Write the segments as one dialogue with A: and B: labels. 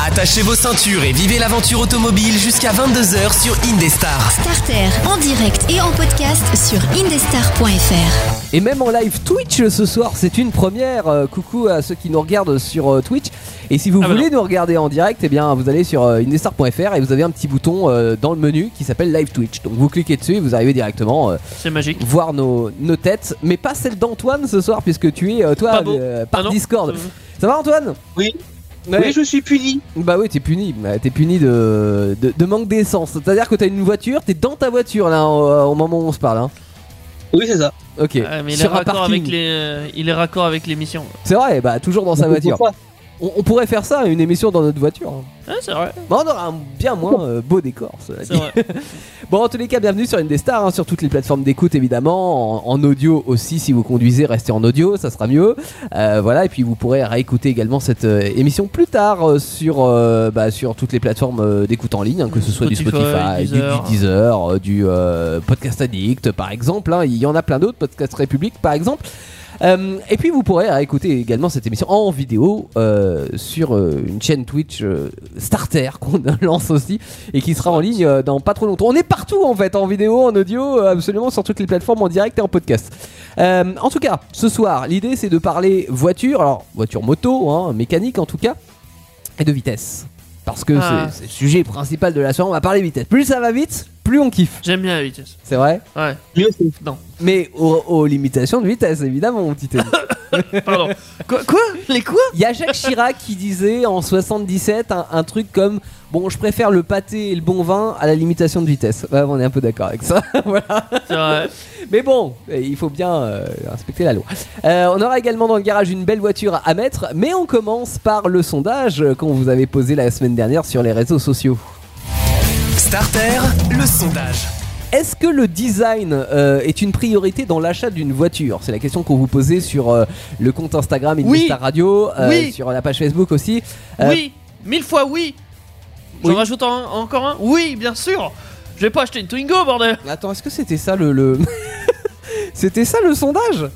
A: Attachez vos ceintures et vivez l'aventure automobile jusqu'à 22h sur Indestar.
B: Starter en direct et en podcast sur indestar.fr.
C: Et même en live Twitch ce soir, c'est une première. Euh, coucou à ceux qui nous regardent sur euh, Twitch. Et si vous
D: Ah bah
C: voulez nous regarder en direct, eh bien vous allez sur euh, indestar.fr et vous avez un petit bouton euh, dans le menu qui s'appelle Live Twitch. Donc vous cliquez dessus et vous arrivez directement euh,
D: C'est magique.
C: voir nos, nos têtes, mais pas celle d'Antoine ce soir puisque tu es euh, toi
D: Pas beau.
C: euh, par
D: Ah non.
C: Discord.
D: Euh,
C: Ça va Antoine
E: Oui.
C: Ouais.
E: Oui, je suis puni.
C: Bah oui, t'es puni. Bah, T'es puni de, de, de manque d'essence. C'est-à-dire que t'as une voiture, t'es dans ta voiture là euh, au, au moment où on se parle. hein.
E: Oui, c'est ça.
C: Ok.
D: ah, mais il est,
C: Sur un
D: raccord
C: parking.
D: avec les, euh, il est raccord avec l'émission.
C: C'est vrai, bah toujours dans sa voiture.
E: Pourquoi
C: On, on pourrait faire ça, une émission dans notre voiture. hein.
D: Ah, c'est vrai.
C: Bah, on aura un bien moins euh, beau décor. cela
D: C'est
C: dit.
D: vrai.
C: Bon, en tous les cas, bienvenue sur une des stars, hein, sur toutes les plateformes d'écoute évidemment, en, en audio aussi. Si vous conduisez, restez en audio, ça sera mieux. Euh, voilà, et puis vous pourrez réécouter également cette euh, émission plus tard euh, sur euh, bah, sur toutes les plateformes euh, d'écoute en ligne, hein, que ce soit du Spotify,
D: Spotify,
C: du-
D: Deezer.
C: du, Deezer, euh, du euh, Podcast Addict, par exemple. hein. Il y en a plein d'autres, Podcast République, par exemple. Euh, et puis vous pourrez écouter également cette émission en vidéo euh, sur euh, une chaîne Twitch euh, Starter qu'on lance aussi et qui sera en ligne euh, dans pas trop longtemps. On est partout en fait, en vidéo, en audio, euh, absolument sur toutes les plateformes en direct et en podcast. Euh, en tout cas, ce soir, l'idée c'est de parler voiture, alors voiture moto, hein, mécanique en tout cas, et de vitesse. Parce que
D: Ah.
C: c'est c'est le sujet principal de la soirée, on va parler vitesse. Plus ça va vite, plus on kiffe,
D: J'aime bien la vitesse.
C: c'est vrai.
D: Ouais.
E: Mieux, c'est-
C: Mais aux, aux limitations de vitesse, évidemment, mon petit ami.
D: Pardon. quoi, quoi Les quoi
C: Il y a Jacques Chirac qui disait en 77 un, un truc comme Bon, je préfère le pâté et le bon vin à la limitation de vitesse. Ouais, on est un peu d'accord avec ça. voilà.
D: C'est vrai.
C: Mais bon, eh, il faut bien euh, respecter la loi. Euh, on aura également dans le garage une belle voiture à mettre, mais on commence par le sondage qu'on vous avait posé la semaine dernière sur les réseaux sociaux.
A: Starter, le sondage.
C: Est-ce que le design euh, est une priorité dans l'achat d'une voiture C'est la question qu'on vous posait sur euh, le compte Instagram
D: Oui.
C: Indestar Radio, euh,
D: Oui.
C: sur la page Facebook aussi. Euh,
D: Oui. Mille fois oui. J'en
C: Oui.
D: rajoute un- encore un Oui, bien sûr. Je vais pas acheter une Twingo, bordel.
C: Attends, est-ce que c'était ça le. le- c'était ça le sondage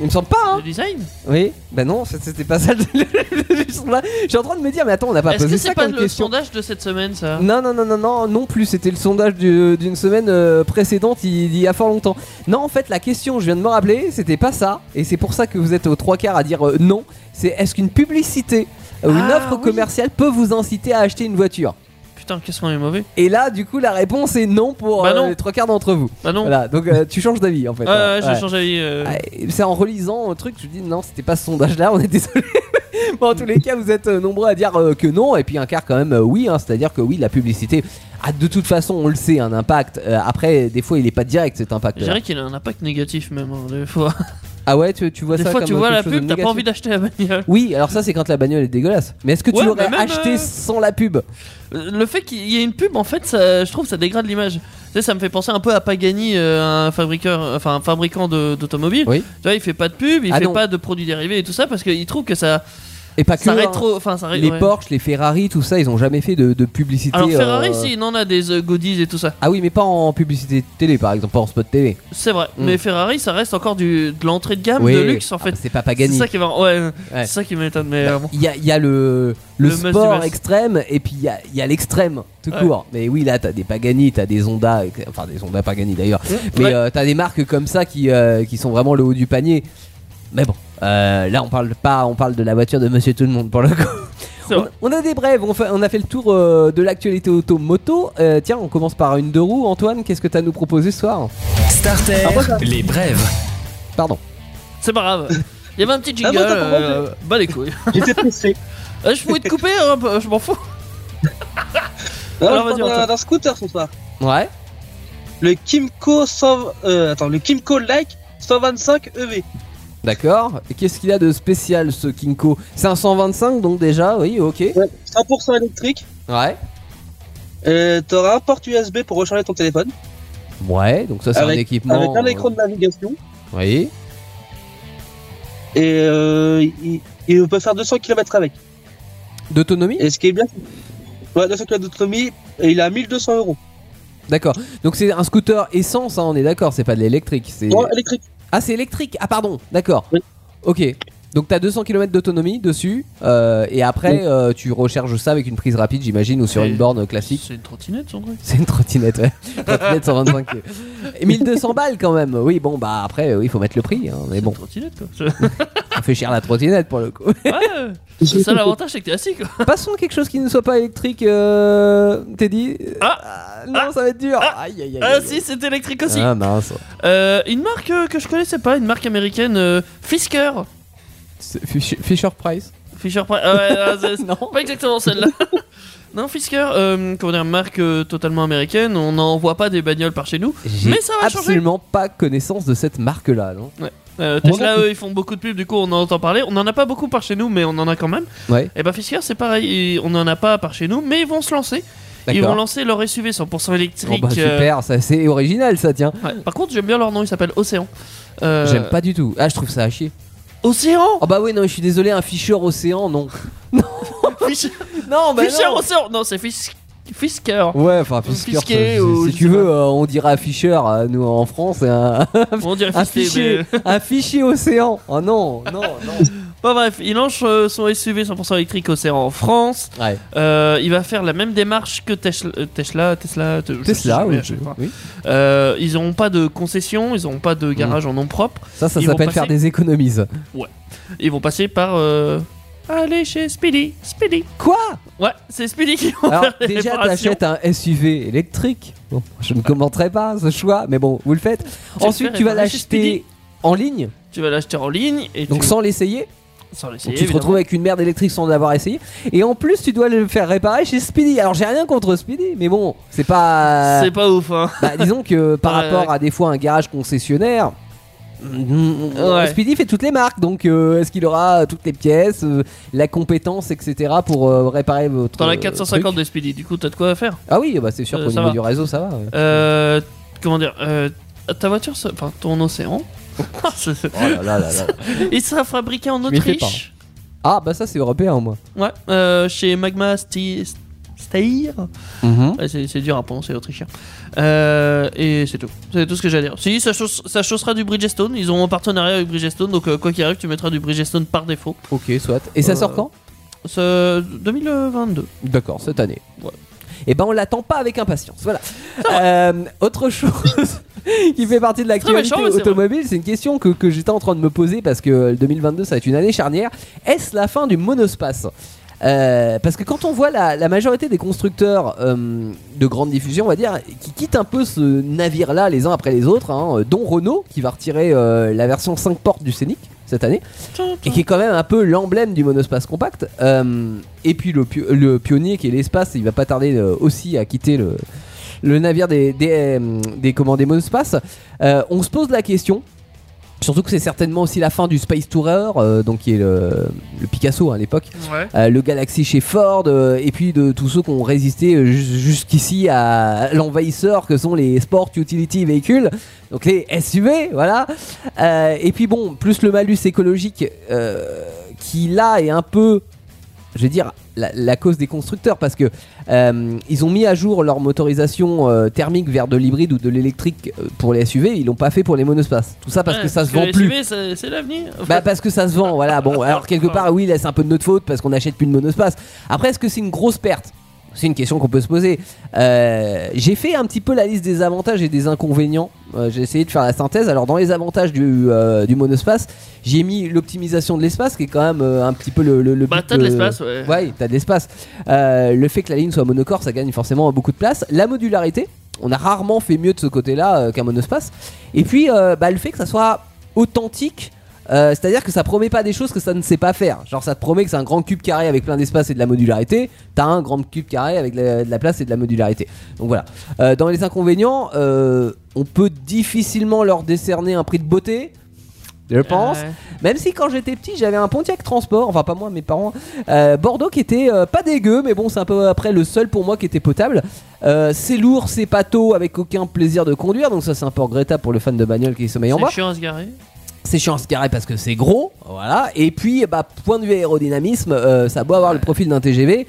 C: Il me semble pas, hein
D: Le design
C: Oui, bah non, c'était pas ça le, le- le sondage. Je suis en train de me dire, mais attends, on n'a pas
D: Est-ce
C: posé
D: que
C: ça
D: c'est pas
C: comme
D: le
C: question. Mm.
D: sondage de cette semaine, ça
C: Non, non, non, non, non, non plus. C'était le sondage du- d'une semaine euh, précédente, il, il y a fort longtemps. Non, en fait, la question, je viens de me rappeler, c'était pas ça. Et c'est pour ça que vous êtes aux trois quarts à dire euh, non. C'est est-ce qu'une publicité ou une
D: Ah,
C: offre
D: oui.
C: commerciale peut vous inciter à acheter une voiture
D: Putain, qu'est-ce qu'on est mauvais.
C: Et là, du coup, la réponse est non pour
D: Bah
C: euh,
D: non.
C: les trois quarts d'entre vous.
D: Bah non.
C: Voilà, donc euh, tu changes d'avis en fait.
D: Ouais, ouais,
C: Ouais.
D: je change d'avis. euh.
C: Ah, et C'est en relisant un truc, je me dis non, c'était pas ce sondage-là, on est désolé. bon, en tous les cas, vous êtes euh, nombreux à dire euh, que non, et puis un quart quand même euh, oui, hein, c'est-à-dire que oui, la publicité a de toute façon, on le sait, un impact. Euh, après, des fois, il est pas direct cet impact.
D: Je dirais qu'il a un impact négatif même hein, des fois.
C: Ah ouais, tu, tu vois
D: Des
C: ça
D: fois
C: comme
D: tu vois
C: quelque
D: la
C: chose de
D: pub, t'as pas
C: négatif
D: envie d'acheter la bagnole.
C: Oui, alors ça, c'est quand la bagnole est dégueulasse. Mais est-ce que tu
D: Ouais,
C: l'aurais
D: mais même,
C: acheté
D: euh,
C: sans la pub
D: Euh, Le fait qu'il y ait une pub en fait, ça, je trouve ça dégrade l'image. Tu sais, ça me fait penser un peu à Pagani, euh, un fabriqueur, enfin un fabricant de- d'automobiles.
C: Oui.
D: Tu vois, il fait pas de pub, il
C: Ah
D: fait
C: non.
D: pas de produits dérivés et tout ça parce qu'il trouve que ça,
C: Et pas que.
D: ça
C: hein.
D: rétro, enfin ça ré-
C: Les
D: ouais.
C: Porsche, les Ferrari, tout ça, ils ont jamais fait de, de publicité.
D: Alors Ferrari,
C: euh,
D: si, il en a des euh, goodies et tout ça.
C: Ah oui, mais pas en publicité télé, par exemple, pas en spot télé.
D: C'est vrai.
C: Mm.
D: Mais Ferrari, ça reste encore du, de l'entrée de gamme,
C: Oui.
D: de luxe en
C: Ah,
D: fait.
C: c'est pas
D: c'est
C: Pagani.
D: ça qui va. Ouais.
C: Ouais.
D: C'est ça qui m'étonne. Mais euh, bon.
C: Bah, Il y a, il y a le, le,
D: Le must du
C: sport
D: must.
C: extrême et puis il y a, il y a l'extrême tout
D: Ouais.
C: court. Mais oui, là, t'as des Pagani, t'as des Honda, et- enfin des Honda Pagani d'ailleurs. Mais
D: Ouais.
C: euh, t'as des marques comme ça qui, euh, qui sont vraiment le haut du panier. Mais bon, euh, là, on parle pas, on parle de la voiture de Monsieur Tout le Monde pour le coup.
D: C'est
C: On,
D: vrai.
C: on a des brèves, on, fait- on a fait le tour euh, de l'actualité auto-moto. Euh, tiens, on commence par une deux roues. Antoine, qu'est-ce que t'as à nous proposé ce soir Ah,
A: Starter, les brèves.
C: Pardon.
D: C'est pas grave. Il y avait un petit
E: Ah
D: jingle.
E: bon, t'as pas
D: euh, bah les couilles.
E: J'étais pressé.
D: Euh, je pouvais te couper, hein, bah, je m'en fous.
E: Non,
D: Alors,
E: je
D: vas-y,
E: Hein, parle d'un-
D: Antoine.
E: d'un scooter ce soir.
C: Ouais.
E: Le Kimco 100 euh, attends, le Kimco Like E 125 EV.
C: D'accord. Et Qu'est-ce qu'il a de spécial ce Kinko 525 donc déjà, oui, ok.
E: 100% électrique.
C: Ouais.
E: Euh, T'auras un port USB pour recharger ton téléphone
C: Ouais, donc ça c'est un
E: Avec-
C: équipement.
E: avec un écran de navigation
C: euh, Oui.
E: et euh, il, il peut faire 200 km avec.
C: D'autonomie
E: Et ce qui est bien, c'est- ouais, 200 km d'autonomie et il a 1200 euros.
C: D'accord. Donc c'est un scooter essence, hein, on est d'accord, c'est pas de l'électrique. c'est-
E: Non, électrique.
C: Ah, c'est électrique Ah, pardon, d'accord.
E: Oui.
C: Ok. Donc t'as 200 km d'autonomie dessus euh, et après euh, tu recharges ça avec une prise rapide j'imagine ou sur
D: Et-
C: une borne classique.
D: C'est une trottinette son truc.
C: C'est une trottinette, ouais. trottinette 125. Et 1200 balles quand même. Oui bon bah après euh, oui faut mettre le prix hein, mais
D: C'est
C: bon
D: Une trottinette quoi.
C: ça fait cher la trottinette pour le coup.
D: Ouais, c'est ça l'avantage c'est que t'es assis quoi.
C: Passons à quelque chose qui ne soit pas électrique. Euh... Teddy. Ah, non ça va être dur. aïe aïe aïe.
D: Ah
C: aïe.
D: si c'est électrique aussi.
C: Ah mince.
D: Euh, une marque euh, que je connaissais pas, une marque américaine, euh, Fisker.
C: C'est Fisher Fisher Price.
D: Fisher Price. Ah ouais, ah, c'est- Pas exactement celle-là. non, Fisker, euh, comment dire, marque euh, totalement américaine. On n'en voit pas des bagnoles par chez nous.
C: J'ai
D: Mais ça va changer.
C: absolument pas connaissance de cette marque là non.
D: Euh, Tesla, eux, ils font beaucoup de pubs, du coup, on en entend parler. On en a pas beaucoup par chez nous, mais on en a quand même.
C: Ouais.
D: Et bah, Fisker, c'est pareil. ils- On en a pas par chez nous, mais ils vont se lancer. Ils vont
C: D'accord.
D: lancer leur SUV 100%
C: Oh
D: électrique.
C: bah
D: euh,
C: super, ça c'est original ça tiens.
D: ouais. Par contre, j'aime bien leur nom, il s'appelle Océan. Euh,
C: J'aime pas du tout. Ah je trouve ça à chier.
D: Océan
C: Oh bah oui non je suis désolé un ficheur océan non. Oh.
D: Fischer
C: Non bah
D: Fischer
C: non.
D: Océan Non, c'est Fis- Fisker.
C: Ouais enfin ficheur
D: Fisqué
C: si,
D: ou
C: si
D: je
C: tu
D: sais
C: veux euh, on dira afficheur euh, nous en France un,
D: On dirait
C: un
D: Fischer, mais-
C: fichier un fichier océan. Oh non non non.
D: Bon bref, il lance euh, son SUV 100% électrique Océan en France.
C: Ouais.
D: Euh, il va faire la même démarche que Tesla, euh, Tesla, Tesla. te- je sais
C: Tesla
D: jamais à
C: oui,
D: chaque fois.
C: oui.
D: Euh, ils n'auront pas de concession, ils n'auront pas
C: Mm.
D: de garage en nom propre.
C: Ça ça
D: Ils vont
C: s'appelle
D: passer-
C: faire des économies. ça.
D: Ils vont passer par. euh, Allez chez Speedy, Speedy.
C: Quoi
D: Ouais, c'est Speedy qui vont
C: Alors
D: faire les
C: déjà
D: réparations.
C: t'achètes un SUV électrique. Bon, je ne commenterai pas ce choix mais bon vous le faites.
D: le
C: Ensuite
D: fais
C: tu vas
D: réparer chez Speedy.
C: l'acheter en ligne
D: Tu vas l'acheter en ligne et
C: donc
D: tu...
C: sans l'essayer.
D: sans l'essayer.
C: Donc tu te
D: évidemment.
C: retrouves avec une merde électrique sans l'avoir essayé. Et en plus, tu dois le faire réparer chez Speedy. Alors j'ai rien contre Speedy, mais bon, c'est pas.
D: C'est pas ouf, hein.
C: Bah, disons que par
D: Ouais,
C: rapport à des fois un garage concessionnaire. mm,
D: Ouais.
C: Speedy fait toutes les marques, donc euh, est-ce qu'il aura toutes les pièces, euh, la compétence, etc. pour euh, réparer votre.
D: Dans la
C: euh,
D: 450
C: truc
D: de Speedy, du coup, t'as de quoi faire.
C: Ah oui, bah, c'est sûr
D: Euh,
C: qu'au
D: ça
C: niveau
D: va.
C: du réseau ça va. ouais.
D: Euh, comment dire euh, Ta voiture, ça- enfin ton Océan.
C: Oh là là là là.
D: Il sera fabriqué en
C: Je m'y fais
D: Autriche.
C: ah bah ça c'est européen moi.
D: Ouais, euh, chez Magma Sti- Steyr. Ouais, c'est c'est dur à prononcer autrichien. Euh, et c'est tout. C'est tout ce que j'ai à dire. Si, ça, chausse- ça chaussera du Bridgestone. Ils ont un partenariat avec Bridgestone. Donc, euh, quoi qu'il arrive, tu mettras du Bridgestone par défaut.
C: Ok, soit. Et ça
D: Euh,
C: sort quand
D: C'est 2022.
C: D'accord, cette année.
D: Ouais.
C: Et ben on l'attend pas avec impatience. Voilà. Euh, autre chose qui fait partie de l'actualité
D: méchant, mais c'est
C: automobile, c'est une question que, que j'étais en train de me poser parce que euh, le 2022 ça va être une année charnière. Est-ce la fin du monospace Euh, parce que quand on voit la, la majorité des constructeurs euh, de grande diffusion, on va dire, qui quittent un peu ce navire-là les uns après les autres, hein, euh, dont Renault qui va retirer euh, la version 5 portes du Scénic cette année, et qui est quand même un peu l'emblème du monospace compact. Euh, et puis le, pio- le pionnier qui est l'espace, il va pas tarder euh, aussi à quitter le, le navire des, des, euh, des, comment, des monospaces. Euh, on se pose la question. Surtout que c'est certainement aussi la fin du Space Tourer, euh, donc qui est le, le Picasso hein, à l'époque,
D: Ouais.
C: euh, le Galaxy chez Ford, euh, et puis de tous ceux qui ont résisté euh, jus- jusqu'ici à l'envahisseur que sont les Sport Utility Véhicules, donc les SUV, voilà. Euh, et puis bon, plus le malus écologique euh, qui là est un peu, je vais dire, la, la cause des constructeurs, parce que euh, ils ont mis à jour leur motorisation euh, thermique vers de l'hybride ou de l'électrique euh, pour les SUV, ils l'ont pas fait pour les monospaces. Tout ça parce
D: Ouais,
C: que ça se vend plus.
D: SUV, C'est c'est l'avenir.
C: Bah parce que ça se vend, voilà. Bon, alors quelque part, oui, là c'est un peu de notre faute parce qu'on n'achète plus de monospace. Après, est-ce que c'est une grosse perte C'est une question qu'on peut se poser. Euh, j'ai fait un petit peu la liste des avantages et des inconvénients. Euh, j'ai essayé de faire la synthèse. Alors dans les avantages du, euh, du monospace, j'ai mis l'optimisation de l'espace qui est quand même euh, un petit peu le... le, le
D: Bah,
C: but,
D: t'as de
C: euh,
D: l'espace, ouais.
C: Ouais, t'as de l'espace. Euh, le fait que la ligne soit monocore, ça gagne forcément beaucoup de place. La modularité, on a rarement fait mieux de ce côté-là euh, qu'un monospace. Et puis, euh, bah, le fait que ça soit authentique. euh, C'est-à-dire que ça promet pas des choses que ça ne sait pas faire. Genre ça te promet que c'est un grand cube carré avec plein d'espace et de la modularité. T'as un grand cube carré avec de la, de la place et de la modularité. Donc voilà. Euh, dans les inconvénients, euh, on peut difficilement leur décerner un prix de beauté. Je pense.
D: Ouais.
C: Même si quand j'étais petit, j'avais un Pontiac Transport, enfin pas moi, mes parents, euh, Bordeaux qui était euh, pas dégueu, mais bon, c'est un peu après le seul pour moi qui était potable. Euh, c'est lourd, c'est pâteau, avec aucun plaisir de conduire, donc ça c'est un peu regrettable pour le fan de bagnole qui sommeille en bas.
D: C'est chiant à se garer.
C: C'est chiant à se garer parce que c'est gros, voilà. Et puis, bah, point de vue aérodynamisme, euh, ça a beau avoir le profil d'un TGV,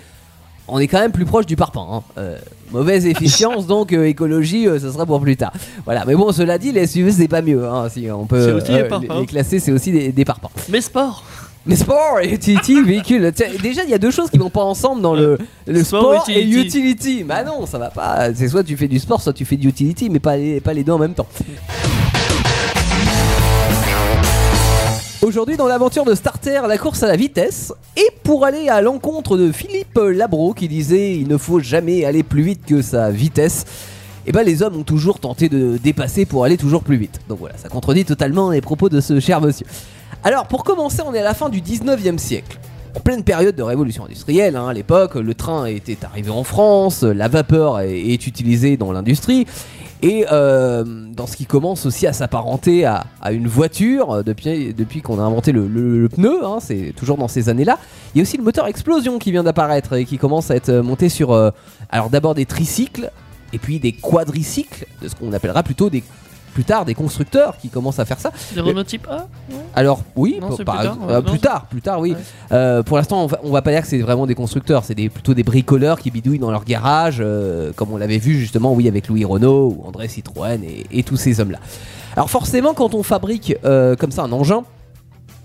C: on est quand même plus proche du parpaing. hein. Euh, mauvaise efficience, donc euh, écologie, euh, ça sera pour plus tard. Voilà, mais bon, cela dit, les SUV, c'est pas mieux. hein, si on peut
D: C'est aussi des
C: euh,
D: parpaings.
C: les, les classer, c'est aussi des, des parpaings.
D: Mais sport.
C: Mais sport et utility, véhicule. Tu sais, Déjà, il y a deux choses qui vont pas ensemble dans le, le sport,
D: Sport,
C: et
D: utility.
C: utility. Bah non, ça va pas. C'est soit tu fais du sport, soit tu fais du utility, mais pas les, pas les deux en même temps. Aujourd'hui, dans l'aventure de Starter, la course à la vitesse, et pour aller à l'encontre de Philippe Labro qui disait il ne faut jamais aller plus vite que sa vitesse. Et ben les hommes ont toujours tenté de dépasser pour aller toujours plus vite. Donc voilà, ça contredit totalement les propos de ce cher monsieur. Alors pour commencer, on est à la fin du 19e siècle. En pleine période de révolution industrielle, hein, à l'époque, le train était arrivé en France, la vapeur est, est utilisée dans l'industrie, et euh, dans ce qui commence aussi à s'apparenter à, à une voiture, euh, depuis, depuis qu'on a inventé le, le- le pneu, hein, c'est toujours dans ces années-là, il y a aussi le moteur explosion qui vient d'apparaître et qui commence à être euh, monté sur, euh, alors d'abord des tricycles, et puis des quadricycles, de ce qu'on appellera plutôt des, plus tard des constructeurs qui commencent à faire ça.
D: Des Renault type A ouais.
C: Alors oui,
D: Non,
C: pour-
D: c'est
C: par
D: plus tard,
C: ex-
D: ouais,
C: euh,
D: non,
C: plus
D: c'est-
C: tard, plus tard, oui.
D: Ouais.
C: Euh, pour l'instant, on va, on va pas dire que c'est vraiment des constructeurs, c'est des, plutôt des bricoleurs qui bidouillent dans leur garage, euh, comme on l'avait vu justement, oui, avec Louis Renault ou André Citroën et, et tous ces hommes-là. Alors forcément, quand on fabrique euh, comme ça un engin,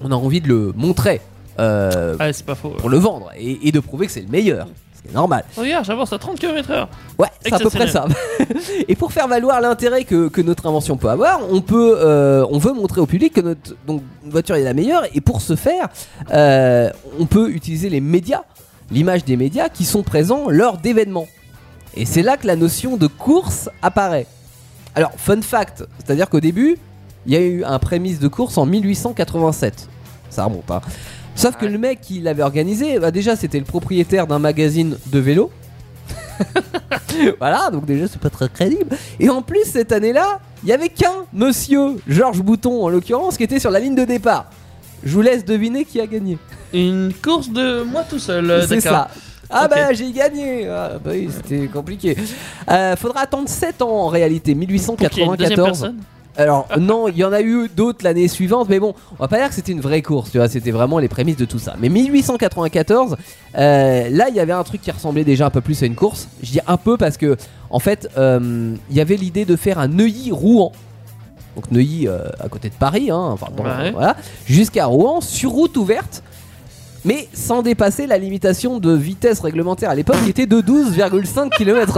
C: on a envie de le montrer euh,
D: Ah, c'est pas faux. Oh,
C: pour le vendre et, et de prouver que c'est le meilleur. C'est normal.
D: Regarde, j'avance à 30 km/h.
C: Ouais, c'est à peu près ça. Et pour faire valoir l'intérêt que, que notre invention peut avoir, on peut, euh, on veut montrer au public que notre donc, voiture est la meilleure. Et pour ce faire, euh, on peut utiliser les médias, l'image des médias qui sont présents lors d'événements. Et c'est là que la notion de course apparaît. Alors, fun fact, c'est-à-dire qu'au début, il y a eu un prémisse de course en 1887. Ça remonte pas. Sauf que le mec qui l'avait organisé, bah déjà c'était le propriétaire d'un magazine de vélo. voilà, donc déjà c'est pas très crédible. Et en plus cette année-là, il y avait qu'un monsieur, Georges Bouton en l'occurrence, qui était sur la ligne de départ. Je vous laisse deviner qui a gagné.
D: Une course de moi tout seul. euh,
C: c'est
D: d'accord.
C: ça. Ah
D: Ok.
C: bah j'ai gagné. Ah bah oui, c'était compliqué. Euh, faudra attendre 7 ans en réalité,
D: Pour qu'il y ait une deuxième
C: 1894.
D: personne
C: Alors non, il y en a eu d'autres l'année suivante, mais bon, on va pas dire que c'était une vraie course, tu vois, c'était vraiment les prémices de tout ça. Mais 1894, euh, là il y avait un truc qui ressemblait déjà un peu plus à une course. Je dis un peu parce que en fait, euh, il y avait l'idée de faire un Neuilly-Rouen. Donc Neuilly euh, à côté de Paris, hein, enfin, bon,
D: Ouais.
C: voilà, jusqu'à Rouen sur route ouverte. Mais sans dépasser la limitation de vitesse réglementaire à l'époque qui était de 12,5 km/h.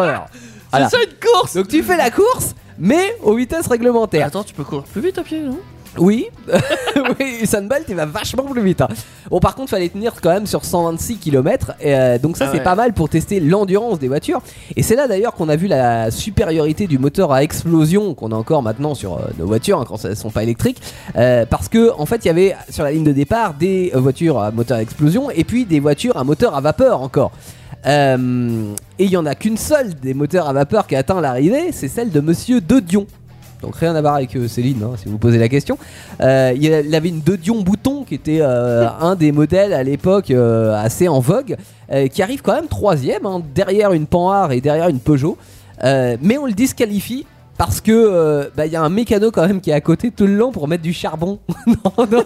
C: Voilà.
D: C'est ça une course
C: Donc tu fais la course, mais aux vitesses réglementaires.
D: Attends, tu peux courir plus vite à pied, non
C: Oui, oui, Sunbelt il va vachement plus vite. hein. Bon, par contre, fallait tenir quand même sur 126 km. Et, euh, donc, ça,
D: Ah
C: c'est
D: ouais.
C: pas mal pour tester l'endurance des voitures. Et c'est là d'ailleurs qu'on a vu la supériorité du moteur à explosion qu'on a encore maintenant sur euh, nos voitures hein, quand elles sont pas électriques. Euh, parce que, en fait, il y avait sur la ligne de départ des euh, voitures à moteur à explosion et puis des voitures à moteur à vapeur encore. Euh, et il y en a qu'une seule des moteurs à vapeur qui a atteint l'arrivée, c'est celle de Monsieur De Dion. Donc rien à voir avec euh, Céline, hein, si vous posez la question. Euh, il y a- il avait une De Dion Bouton qui était euh, un des modèles à l'époque euh, assez en vogue, euh, qui arrive quand même troisième, hein, derrière une Panhard et derrière une Peugeot. Euh, mais on le disqualifie parce que euh, bah, il y a un mécano quand même qui est à côté tout le long pour mettre du charbon dans, dans-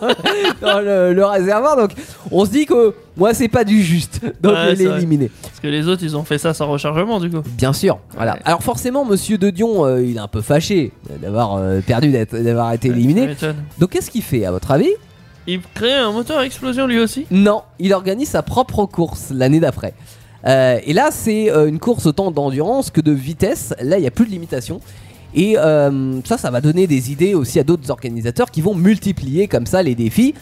C: dans le, le réservoir. Donc on se dit que moi c'est pas du juste. Donc
D: Ouais,
C: je
D: c'est
C: l'ai
D: vrai.
C: éliminé.
D: Parce que les autres, ils ont fait ça sans rechargement, du coup.
C: Bien sûr, voilà.
D: Ouais.
C: Alors forcément, Monsieur De Dion, euh, il est un peu fâché d'avoir euh, perdu, d'être- d'avoir été
D: Ouais,
C: éliminé.
D: tu m'étonnes.
C: Donc qu'est-ce qu'il fait à votre avis
D: Il crée un moteur à explosion lui aussi
C: Non, il organise sa propre course l'année d'après. Euh, et là, c'est euh, une course autant d'endurance que de vitesse. Là, il n'y a plus de limitation. Et euh, ça, ça va donner des idées aussi à d'autres organisateurs qui vont multiplier comme ça les défis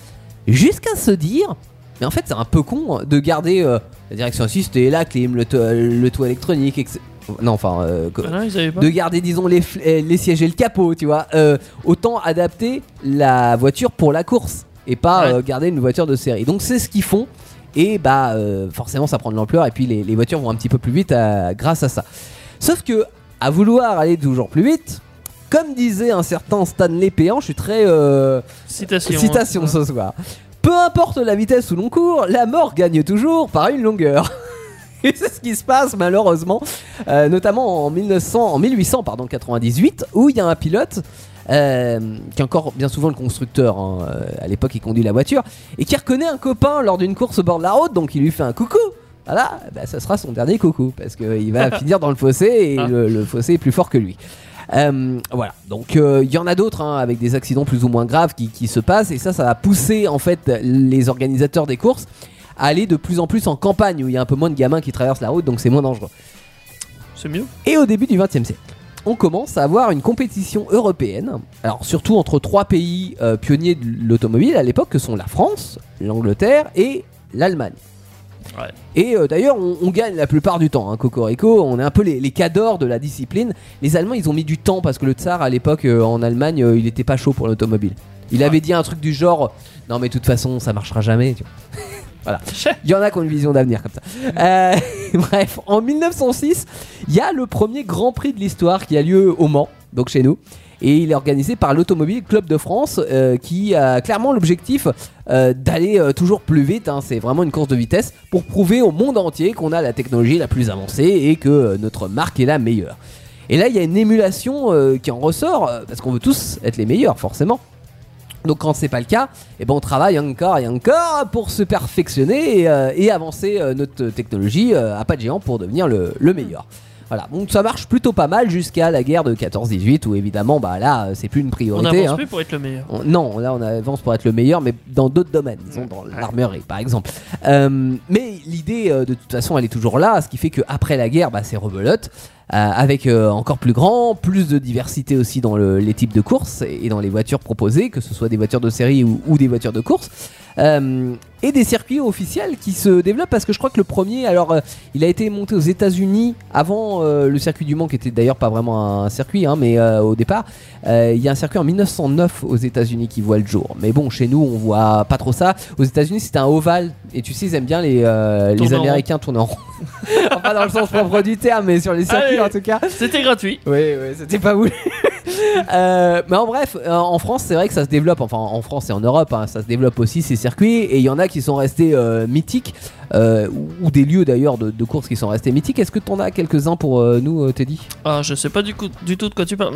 C: jusqu'à se dire mais en fait, c'est un peu con de garder euh, la direction assiste et la clim, le, to- le toit électronique, etc. Non, enfin, euh, co-
D: Ah Non, ils savaient pas.
C: de garder disons les, fl- euh, les sièges et le capot tu vois Euh, autant adapter la voiture pour la course et pas
D: Ouais.
C: euh, garder une voiture de série donc c'est ce qu'ils font et bah euh, forcément ça prend de l'ampleur et puis les, les voitures vont un petit peu plus vite à- grâce à ça sauf que à vouloir aller toujours plus vite comme disait un certain Stanley Péan je suis très euh,
D: Citation.
C: citation
D: hein.
C: ce soir peu importe la vitesse où l'on court la mort gagne toujours par une longueur et c'est ce qui se passe malheureusement, euh, notamment en 1900, en 1800 pardon 98, où il y a un pilote euh, qui est encore bien souvent le constructeur. hein, euh, à l'époque, il conduit la voiture et qui reconnaît un copain lors d'une course au bord de la route, donc il lui fait un coucou. Voilà, bah, ça sera son dernier coucou parce qu'il va finir dans le fossé et
D: Ah.
C: le, le fossé est plus fort que lui. Euh, voilà, donc euh, il y en a d'autres hein, avec des accidents plus ou moins graves qui, qui se passent et ça, ça va pousser en fait les organisateurs des courses à aller de plus en plus en campagne où il y a un peu moins de gamins qui traversent la route donc c'est moins dangereux.
D: C'est mieux.
C: Et au début du XXe siècle, on commence à avoir une compétition européenne, alors surtout entre trois pays euh, pionniers de l'automobile à l'époque que sont la France, l'Angleterre et l'Allemagne.
D: Ouais.
C: Et euh, d'ailleurs, on, on gagne la plupart du temps. Hein, Cocorico, on est un peu les, les cadors de la discipline. Les Allemands, ils ont mis du temps parce que le tsar, à l'époque, euh, en Allemagne, euh, il était pas chaud pour l'automobile. Il avait dit un truc du genre Non, mais de toute façon, ça marchera jamais. tu vois. voilà. Il y en a qui ont une vision d'avenir comme ça. Euh, bref, en 1906, il y a le premier Grand Prix de l'histoire qui a lieu au Mans, donc chez nous. Et il est organisé par l'Automobile Club de France euh, qui a clairement l'objectif euh, d'aller euh, toujours plus vite. hein. C'est vraiment une course de vitesse pour prouver au monde entier qu'on a la technologie la plus avancée et que euh, notre marque est la meilleure. Et là, il y a une émulation euh, qui en ressort euh, parce qu'on veut tous être les meilleurs, forcément. Donc quand c'est pas le cas, eh ben on travaille encore et encore pour se perfectionner et, euh, et avancer euh, notre technologie euh, à pas de géant pour devenir le, le meilleur. Voilà, donc ça marche plutôt pas mal jusqu'à la guerre de 14-18 où évidemment bah là euh, c'est plus une
D: On
C: priorité.
D: avance
C: hein.
D: plus pour être le meilleur.
C: On- non, là on avance pour être le meilleur, mais dans d'autres domaines, disons dans l'armurerie par exemple. Euh, mais l'idée euh, de toute façon elle est toujours là, ce qui fait qu'après la guerre bah, c'est rebelote, euh, avec euh, encore plus grand, plus de diversité aussi dans le- les types de courses et, et dans les voitures proposées, que ce soit des voitures de série ou, ou des voitures de course. Euh, et des circuits officiels qui se développent parce que je crois que le premier, alors euh, il a été monté aux États-Unis avant euh, le circuit du Mans qui était d'ailleurs pas vraiment un circuit, hein, mais euh, au départ euh, il y a un circuit en 1909 aux États-Unis qui voit le jour. Mais bon, chez nous on voit pas trop ça. Aux États-Unis c'était un ovale et tu sais ils aiment bien les, euh, les
D: Tourner en rond.
C: Américains tourner en rond. Enfin, pas dans le sens propre du terme, mais sur les circuits
D: Allez.
C: en tout cas.
D: C'était gratuit.
C: Oui, oui, c'était pas voulu. Euh, mais en bref, euh, en France, c'est vrai que ça se développe. Enfin, en France et en Europe, hein, ça se développe aussi ces circuits. Et il y en a qui sont restés euh, mythiques, euh, ou, ou des lieux d'ailleurs de, de courses qui sont restés mythiques. Est-ce que t'en as quelques-uns pour euh, nous, euh, Teddy
D: Ah, je sais pas du, coup, du tout de quoi tu parles.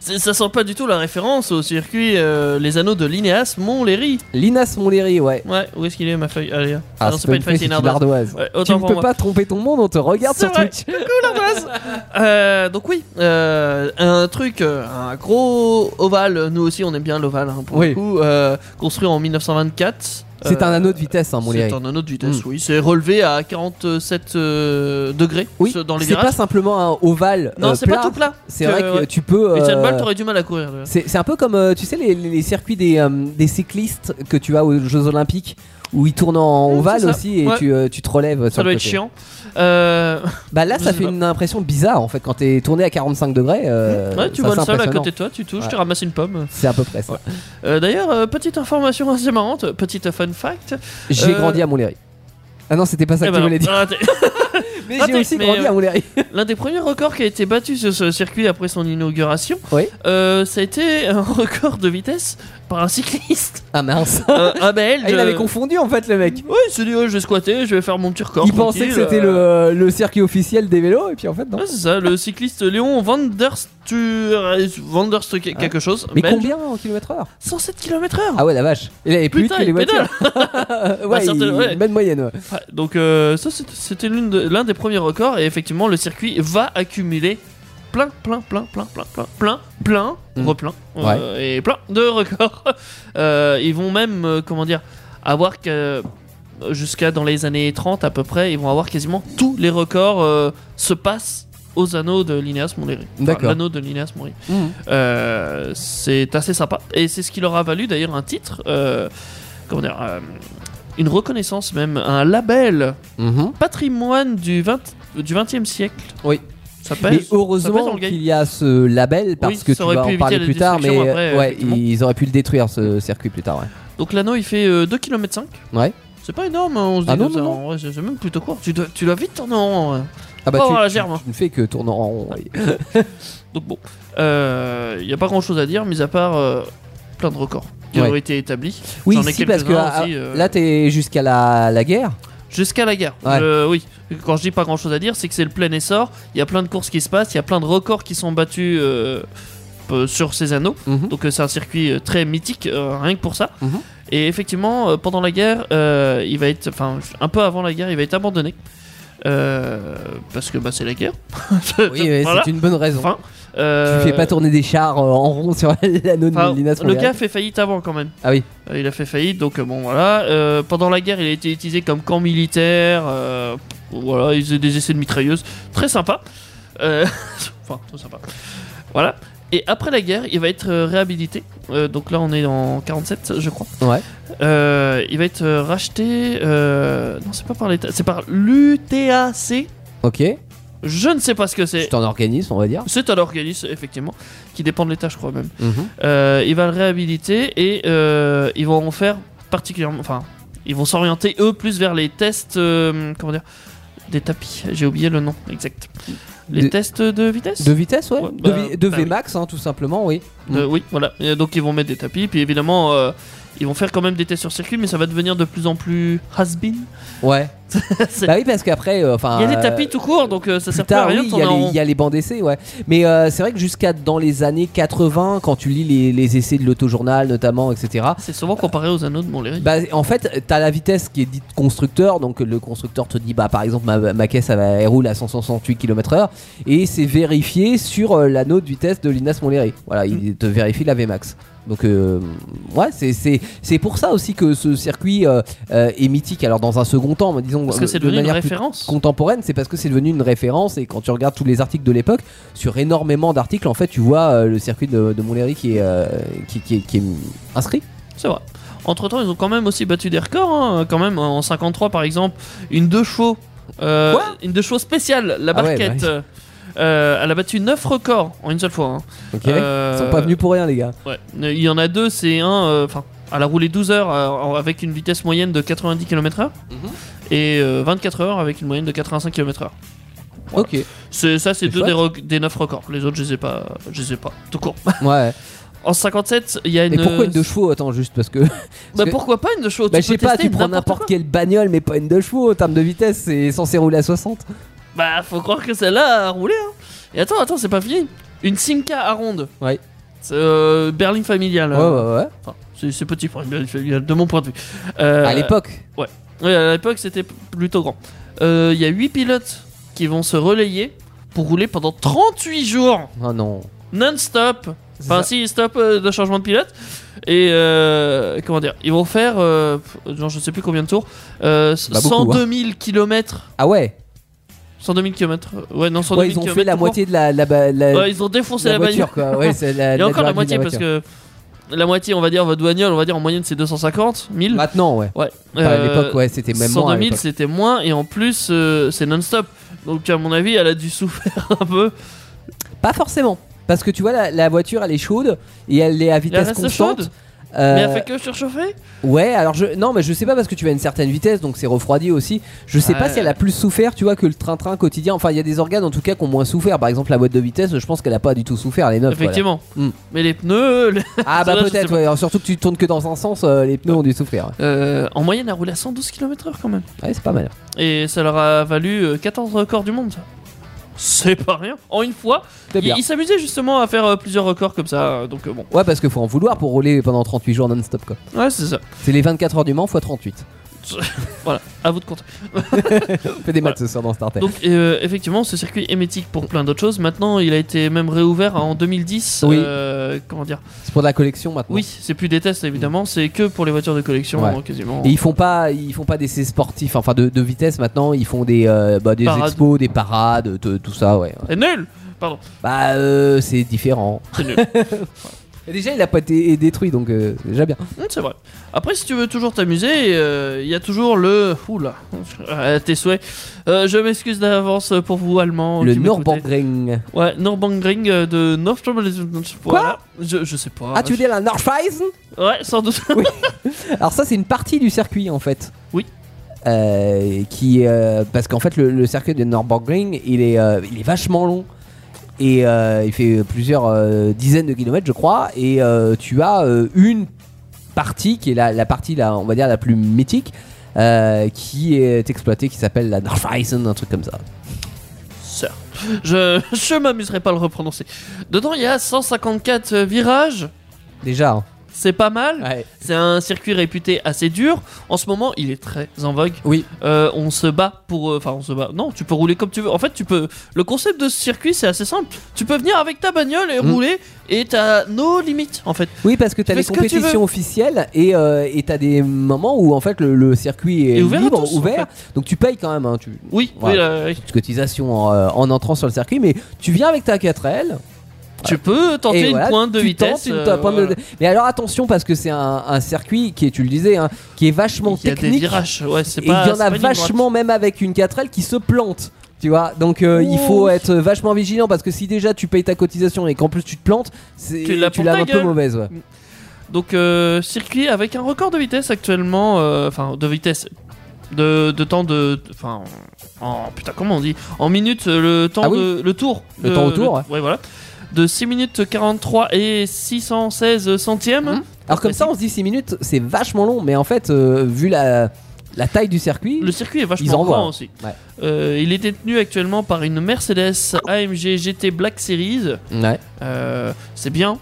D: C'est- ça sent pas du tout la référence au circuit euh, Les Anneaux de Linéas Montlhéry.
C: Linas Montlhéry, ouais.
D: Ouais, où est-ce qu'il est ma feuille Allez, ah, non,
C: c'est pas une feuille, c'est une ardoise.
D: Ouais,
C: Tu
D: autant
C: ne
D: pour
C: peux
D: moi.
C: pas tromper ton monde, on te regarde
D: C'est
C: sur
D: vrai.
C: Twitch.
D: Euh, donc oui, euh, un truc, euh, un gros ovale. Nous aussi, on aime bien l'ovale. hein, pour
C: Oui.
D: le coup, euh, construit en 1924.
C: C'est un
D: Euh,
C: anneau de vitesse, hein, Montlhéry.
D: C'est un anneau de vitesse,
C: Mm.
D: oui. C'est relevé à 47 euh, degrés
C: Oui,
D: ce- dans les
C: c'est pas
D: virages.
C: simplement un ovale.
D: non,
C: euh,
D: c'est pas tout plat.
C: C'est
D: Que-
C: vrai que
D: ouais.
C: tu peux.
D: Et cette
C: euh,
D: balle, t'aurais du mal à courir. d'ailleurs.
C: C'est c'est un peu comme, euh, tu sais, les, les- les circuits des, euh, des cyclistes que tu as aux Jeux Olympiques où ils tournent en
D: Mmh,
C: ovale
D: c'est ça.
C: aussi et
D: Ouais.
C: tu, euh, tu te relèves. sur
D: Ça
C: le
D: doit être
C: côté.
D: chiant. Euh,
C: Bah là,
D: Je
C: ça
D: sais
C: fait
D: pas.
C: une impression bizarre en fait quand t'es tourné à 45 degrés. euh,
D: ouais, tu
C: ça,
D: vois le
C: c'est
D: sol à
C: impressionnant.
D: côté de toi, tu touches,
C: Ouais.
D: tu ramasses une pomme.
C: C'est à peu près ça.
D: Euh, D'ailleurs, euh, petite information assez marrante, petite fun fact.
C: J'ai
D: Euh,
C: grandi à Montlhéry. Ah non, c'était pas ça
D: Eh
C: que
D: ben
C: tu
D: non.
C: voulais dire.
D: Ah, t'es-
C: Mais
D: Ah,
C: j'ai
D: t'es-
C: aussi
D: mais,
C: grandi
D: euh,
C: à Montlhéry.
D: L'un des premiers records qui a été battu sur ce circuit après son inauguration,
C: Oui.
D: euh, ça a été un record de vitesse par un cycliste. Euh,
C: Ah mince.
D: un, un belge.
C: Ah, il avait confondu en fait le mec.
D: Oui, il s'est dit, ouais, je vais squatter, je vais faire mon petit record.
C: Il pensait que
D: tranquille,
C: c'était
D: euh.
C: le, le circuit officiel des vélos et puis en fait non.
D: Ouais, c'est ça, le cycliste Léon Vanderstur. Vanderstu quelque chose.
C: Ah. Mais
D: belge,
C: combien en kilomètres heure
D: 107 km/h
C: Ah ouais la vache. Il avait plus vite
D: Putain,
C: que les
D: il pédale.
C: voitures. ouais,
D: certaine-
C: il-
D: ouais.
C: même moyenne. ouais.
D: Ouais, donc euh, ça c'était- c'était l'une de- l'un des premiers records et effectivement le circuit va accumuler plein plein plein plein plein plein plein plein
C: Mm.
D: replein euh, et plein de records. Euh, ils vont même euh, comment dire avoir que jusqu'à dans les années 30 à peu près ils vont avoir quasiment tous les records euh, se passent aux anneaux de Linéas Montlhéry. Enfin,
C: D'accord.
D: L'anneau de Linéas Montlhéry. Euh, c'est assez sympa et c'est ce qui leur a valu d'ailleurs un titre, euh, comment dire, euh, une reconnaissance même, un label
C: Mhm.
D: patrimoine du 20 du 20e siècle.
C: Oui.
D: Ça pèse.
C: Mais
D: ça pèse
C: heureusement
D: dans le game.
C: qu'il y a ce label parce
D: Oui,
C: que tu
D: ça aurait
C: vas
D: pu
C: en
D: éviter
C: parler
D: la
C: plus tard, mais
D: destruction après,
C: ouais,
D: effectivement. Mm.
C: ils auraient pu le détruire ce circuit plus tard. Ouais.
D: Donc l'anneau il fait euh, 2 km 5.
C: Ouais.
D: C'est pas énorme, hein, on se dit
C: Ah non,
D: comme ça,
C: non,
D: en vrai, c'est c'est même plutôt court. Tu dois, tu dois vite tourner en rond. ouais.
C: Ah
D: Oh,
C: tu,
D: la
C: tu-
D: germe.
C: tu ne fais que tourner en rond. ouais.
D: Donc bon, il n'y a pas grand chose à dire, mis à part euh, plein de records qui
C: Ouais.
D: ont été établis
C: Oui,
D: J'en ai
C: si, parce que
D: quelques-uns
C: ah,
D: aussi, euh.
C: là t'es jusqu'à la, la guerre.
D: jusqu'à la guerre.
C: Ouais.
D: Euh, oui, quand je dis pas grand chose à dire, c'est que c'est le plein essor. Il y a plein de courses qui se passent, il y a plein de records qui sont battus euh, euh, sur ces anneaux.
C: Mhm.
D: Donc euh, c'est un circuit euh, très mythique, euh, rien que pour ça.
C: Mhm.
D: Et effectivement, euh, pendant la guerre, euh, il va être, enfin un peu avant la guerre, il va être abandonné Euh, parce que bah, c'est la guerre.
C: Oui, ouais,
D: Voilà.
C: c'est une bonne raison.
D: Enfin, Euh,
C: Tu fais pas tourner des chars euh, en rond sur l'anneau de
D: enfin,
C: Melinas
D: le
C: Mondial.
D: gars fait faillite avant quand même.
C: Ah oui.
D: Euh, Il a fait faillite, donc euh, bon voilà. Euh, pendant la guerre, il a été utilisé comme camp militaire. euh, voilà, il faisait des essais de mitrailleuses. Très sympa. Euh, enfin, très sympa. Voilà. Et après la guerre, il va être euh, réhabilité. Euh, donc là, on est en 47, je crois.
C: Ouais.
D: Euh, il va être euh, racheté. euh, non, c'est pas par l'État, c'est par l'UTAC.
C: Ok.
D: Je ne sais pas ce que c'est.
C: C'est un organisme, on va dire.
D: C'est un organisme, effectivement, qui dépend de l'État, je crois même. Euh, il va le réhabiliter et euh, ils vont en faire particulièrement. Enfin, ils vont s'orienter eux plus vers les tests. euh, comment dire Des tapis. J'ai oublié le nom exact. Les
C: Des-
D: tests de vitesse
C: De vitesse, ouais.
D: Ouais,
C: de
D: bah,
C: vi- de
D: bah oui.
C: Vmax, hein, tout simplement, oui.
D: De- Euh, Oui, voilà. Et donc ils vont mettre des tapis. Puis évidemment, euh, ils vont faire quand même des tests sur circuit, mais ça va devenir de plus en plus has-been.
C: Ouais.
D: C'est-
C: Bah oui, parce qu'après, euh, enfin.
D: il y a des
C: euh,
D: tapis tout court, donc euh, ça
C: Plus
D: sert plus à
C: tard,
D: rien
C: oui,
D: de
C: il y,
D: tourner
C: a
D: en
C: les-
D: rond.
C: il y a les bancs d'essai, ouais. Mais euh, c'est vrai que jusqu'à dans les années 80, quand tu lis les, les essais de l'autojournal, notamment, etc.,
D: C'est souvent comparé aux anneaux de Montlhéry.
C: bah, en fait, t'as la vitesse qui est dite constructeur, donc le constructeur te dit, bah par exemple, ma, ma caisse elle, va- elle roule à 168 km/h, et c'est vérifié sur euh, l'anneau de vitesse de l'INAS Montlhéry. Voilà, il te vérifie la Vmax. Donc, euh, ouais, c'est- c'est c'est pour ça aussi que ce circuit euh, euh, est mythique. Alors, dans un second temps, mais disons,
D: parce que
C: euh,
D: c'est
C: de
D: devenu une
C: manière plus
D: référence.
C: contemporaine, c'est parce que c'est devenu une référence et quand tu regardes tous les articles de l'époque, sur énormément d'articles, en fait, tu vois euh, le circuit de, de Montlhéry qui est, euh, qui, qui est- qui est inscrit.
D: C'est vrai. Entre temps, ils ont quand même aussi battu des records. hein, Quand même, en 53, par exemple, une deux chevaux, euh,
C: Quoi
D: une deux chevaux spéciale, la
C: Ah ouais,
D: barquette.
C: bah oui.
D: euh, euh, elle a battu 9 records en une seule fois. hein.
C: Ok. Ils
D: Euh,
C: sont pas venus pour rien, les gars.
D: ouais. Il y en a deux, c'est un. euh, Enfin, elle a roulé 12 heures euh, avec une vitesse moyenne de 90 km/h
C: Mhm.
D: et euh, 24 heures avec une moyenne de 85 km/h. Voilà.
C: Ok.
D: C'est- Ça, c'est
C: C'est
D: deux des, rec- des 9 records. Les autres, je les ai pas. Je les ai pas. Tout court.
C: Ouais.
D: En 57, il y a une. euh,
C: Mais pourquoi une deux chevaux Attends, juste parce que.
D: Bah,
C: que-
D: pourquoi pas une deux chevaux
C: bah,
D: Tu
C: je sais
D: peux
C: pas,
D: tester
C: tu prends n'importe
D: quoi.
C: quelle bagnole, mais pas une deux chevaux. En termes de vitesse, c'est censé rouler à 60.
D: Bah, faut croire que celle-là a roulé. Hein. Et attends, attends, c'est pas fini. Une Simca à ronde.
C: Ouais.
D: C'est, Euh, berline familiale.
C: Ouais, ouais, ouais.
D: Enfin, c'est c'est petit pour une berline familiale, de mon point de vue. Euh,
C: À l'époque.
D: Ouais, à l'époque, c'était p- plutôt grand. Euh, Il y a 8 pilotes qui vont se relayer pour rouler pendant 38 jours
C: Oh non.
D: non-stop. Enfin,
C: Ça-
D: si, stop euh, de changement de pilote. Et euh, comment dire Ils vont faire, euh, pff, genre, je sais plus combien de tours, euh,
C: Pas Bah, beaucoup, hein.
D: 102 000 km.
C: Ah ouais.
D: 102 000 km. Ouais, non, 102
C: Ouais,
D: 000
C: ils ont fait
D: kilomètres
C: la
D: tout court.
C: moitié de la, la, ba- la-
D: Ouais, ils ont défoncé
C: Euh, la
D: la,
C: voiture, quoi. Ouais, c'est la,
D: Il y a encore la moitié
C: berline,
D: parce que la moitié, on va dire, votre bagnole, on va dire en moyenne c'est 250 000.
C: Maintenant, ouais.
D: ouais.
C: Enfin, à
D: Euh,
C: l'époque, ouais, c'était même moins. à
D: 102 000,
C: l'époque.
D: c'était moins et en plus euh, c'est non-stop. Donc à mon avis, elle a dû souffrir un peu.
C: Pas forcément. Parce que tu vois, la, la voiture, elle est chaude et elle est à
D: Elle
C: vitesse
D: reste
C: constante.
D: chaude,
C: Euh,
D: mais elle fait que surchauffer.
C: Ouais, alors je. Non, mais je sais pas parce que tu vas à une certaine vitesse, donc c'est refroidi aussi. Je sais pas
D: Ouais.
C: si elle a plus souffert, tu vois, que le train-train quotidien. Enfin, il y a des organes en tout cas qui ont moins souffert. Par exemple, la boîte de vitesse, je pense qu'elle a pas du tout souffert, les neuf. voilà.
D: Effectivement.
C: Hmm.
D: Mais les pneus, le-
C: Ah, bah
D: Ça, je sais
C: peut-être,
D: pas.
C: ouais. Alors, surtout que tu tournes que dans un sens, euh, les pneus ont dû souffrir.
D: euh, en moyenne, elle roule à 112 km/h quand même.
C: Ouais, c'est pas mal.
D: Et ça leur a valu euh, 14 records du monde. ça. C'est pas rien. En une fois,
C: C'est
D: ils
C: bien.
D: ils s'amusaient justement à faire euh, plusieurs records comme ça. euh, Donc euh, bon,
C: Ouais, parce que faut en vouloir pour rouler pendant 38 jours non-stop, quoi.
D: ouais, c'est ça.
C: C'est les 24 heures du Mans fois 38.
D: Voilà, à vous de compter.
C: Fais des maths ce soir dans Starter.
D: Donc euh, effectivement, ce circuit est mythique pour plein d'autres choses. Maintenant, il a été même réouvert en 2010.
C: Oui.
D: euh, comment dire
C: C'est pour de la collection maintenant.
D: Oui, c'est plus des tests évidemment, c'est que pour les voitures de collection
C: Mm. Ouais.
D: euh, quasiment.
C: Et ils font pas, ils font pas d'essais sportifs, enfin de, de vitesse maintenant. Ils font des, euh, bah, des
D: Parades.
C: expos, des parades, te- tout ça, ouais. ouais.
D: C'est nul.
C: Bah, euh, c'est différent.
D: C'est nul.
C: Et déjà, il a pas été détruit, donc euh, c'est déjà bien.
D: Hum, c'est vrai. Après, si tu veux toujours t'amuser, euh, il y a toujours le. Oula, à tes souhaits. Euh, je m'excuse d'avance pour vous allemands.
C: le
D: qui m'écoutez.
C: Nürburgring. Ah,
D: Ouais, Nürburgring euh, de Nürburgring. Voilà. je, je sais pas.
C: Ah, tu veux dire la Nordschleifen
D: Ouais, sans doute.
C: Alors ça, c'est une partie du circuit en fait.
D: Oui.
C: Euh, qui euh, parce qu'en fait le, le circuit de Nürburgring, il est, euh, il est vachement long. Et euh, il fait plusieurs euh, dizaines de kilomètres, je crois. Et euh, tu as euh, une partie qui est la, la partie, la, on va dire, la plus mythique, euh, qui est exploitée, qui s'appelle la Nordschleifen, un truc comme ça.
D: Sir. Je, je m'amuserai pas à le reprononcer. Dedans, il y a 154 virages.
C: Déjà, hein.
D: c'est pas mal.
C: Ouais.
D: C'est un circuit réputé assez dur. En ce moment, il est très en vogue.
C: Oui.
D: Euh, on se bat pour. euh, Enfin, on se bat. Non, tu peux rouler comme tu veux. En fait, tu peux. Le concept de ce circuit, c'est assez simple. Tu peux venir avec ta bagnole et
C: Mm.
D: rouler, et t'as nos limites, en fait.
C: Oui, parce que t'as
D: Tu
C: les
D: fais ce que tu
C: compétitions
D: veux.
C: officielles et euh, et t'as des moments où en fait le, le circuit est
D: Et ouvert à
C: libre,
D: tous, en
C: ouvert. Donc tu payes quand même. hein, tu
D: Oui,
C: Ouais.
D: oui, là, oui.
C: tu cotisations en, euh, en entrant sur le circuit, mais tu viens avec ta 4L.
D: tu peux tenter
C: Et
D: une
C: voilà,
D: pointe de
C: tu
D: vitesse.
C: tentes une
D: euh,
C: ta- pointe de-
D: voilà.
C: Mais alors attention parce que c'est un, un circuit qui est, tu le disais, hein, qui est vachement
D: Il y a des
C: technique.
D: virages. Ouais, c'est
C: et il y
D: pas.
C: en
D: c'est
C: a
D: pas une ligne droite.
C: vachement, même avec une 4L, qui se plante. Tu vois, donc euh, il
D: Ouh.
C: faut être vachement vigilant parce que si déjà tu payes ta cotisation et qu'en plus tu te plantes, c'est-
D: Tu l'as
C: tu
D: pour
C: l'as
D: ta
C: un peu
D: gueule. Mmh.
C: mauvaise. ouais.
D: Donc euh, circuit avec un record de vitesse actuellement, euh, enfin de vitesse, de, de temps de, de- enfin en putain comment on dit, en minutes euh, le temps
C: Ah oui.
D: de le tour,
C: Le
D: de-
C: temps au tour, ouais.
D: ouais. voilà, de 6 minutes 43 et 616 centièmes.
C: Mhm. Alors comme ça, on se dit 6 minutes, c'est vachement long, mais en fait, euh, vu la, la taille du circuit,
D: Le circuit est
C: Ils
D: vachement
C: envoient.
D: grand aussi.
C: Ouais.
D: Euh, il est détenu actuellement par une Mercedes AMG GT Black Series.
C: ouais.
D: Euh, c'est bien,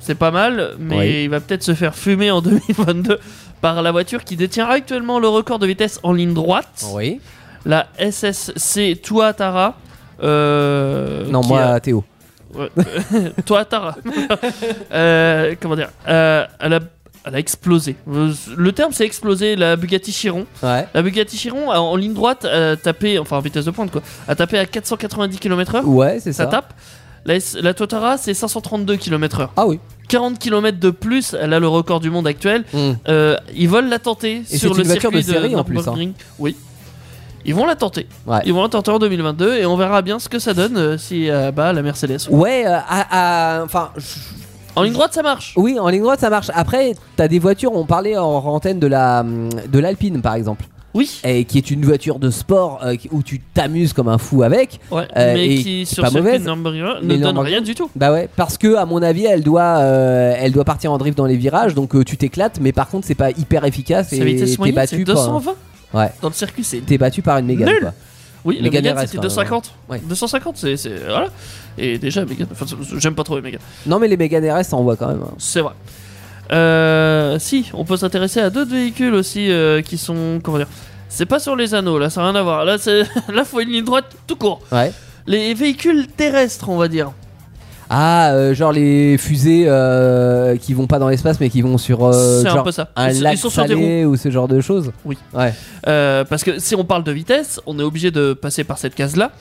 D: c'est pas mal, mais
C: Oui.
D: il va peut-être se faire fumer en 2022 par la voiture qui détient actuellement le record de vitesse en ligne droite,
C: oui.
D: la SSC Tuatara. Euh,
C: Non,
D: qui
C: moi,
D: a-
C: Théo.
D: Ouais. Tuatara. Euh, comment dire Euh, elle, a, elle a explosé. Euh, Le terme c'est explosé, la Bugatti Chiron.
C: Ouais.
D: La Bugatti Chiron a- en ligne droite a tapé, enfin en vitesse de pointe quoi, a tapé à 490 km/h.
C: Ouais, c'est ça.
D: Ça tape. La, S- la Tuatara c'est 532 km/h.
C: Ah oui.
D: 40 km de plus, elle a le record du monde actuel. Euh, ils veulent la tenter
C: Et
D: sur
C: c'est
D: le
C: une voiture
D: circuit
C: de série, en plus, hein.
D: Nürburgring. Oui. Ils vont la tenter.
C: Ouais.
D: Ils vont la tenter en 2022 et on verra bien ce que ça donne euh, si euh, bah, la Mercedes.
C: Ouais, euh, à- à- enfin, je-
D: En ligne droite, ça marche.
C: Oui, en ligne droite, ça marche. Après, t'as des voitures, on parlait en antenne de la de l'Alpine, par exemple,
D: Oui.
C: et qui est une voiture de sport euh, qui- où tu t'amuses comme un fou avec.
D: Ouais,
C: Euh, et
D: mais
C: qui est
D: qui sur
C: pas
D: circuit
C: mauvaise,
D: Nürburgring
C: mais
D: ne donne
C: Nürburgring-
D: rien du tout.
C: Bah ouais, parce que à mon avis, elle doit, euh, elle doit partir en drift dans les virages, donc euh, tu t'éclates, mais par contre, c'est pas hyper efficace
D: Sa
C: et
D: vitesse
C: t'es
D: moyenne, c'est
C: battu, par,
D: 220.
C: Ouais.
D: Dans le circuit, c'est
C: t'es battu par une mégane.
D: Nul.
C: quoi.
D: Oui, le
C: Mégane
D: Mégane,
C: RS,
D: c'était
C: quoi,
D: 250.
C: ouais.
D: 250, c'est. c'est- Voilà. Et déjà, Mégane. Enfin, j'aime pas trop les Mégane.
C: Non, mais les méganes RS, ça envoie quand même. hein.
D: C'est vrai. Euh, si, on peut s'intéresser à d'autres véhicules aussi euh, qui sont. Comment dire C'est pas sur les anneaux, là, ça n'a rien à voir. Là, c'est, là, faut une ligne droite tout court.
C: Ouais.
D: Les véhicules terrestres, on va dire.
C: Ah, euh, genre les fusées euh, qui vont pas dans l'espace, mais qui vont sur euh,
D: c'est un
C: genre
D: peu ça.
C: un
D: Ils-
C: lac
D: ils sont sur des roues.
C: salé ou ce genre de choses.
D: Oui.
C: Ouais.
D: Euh, parce que si on parle de vitesse, on est obligé de passer par cette case-là.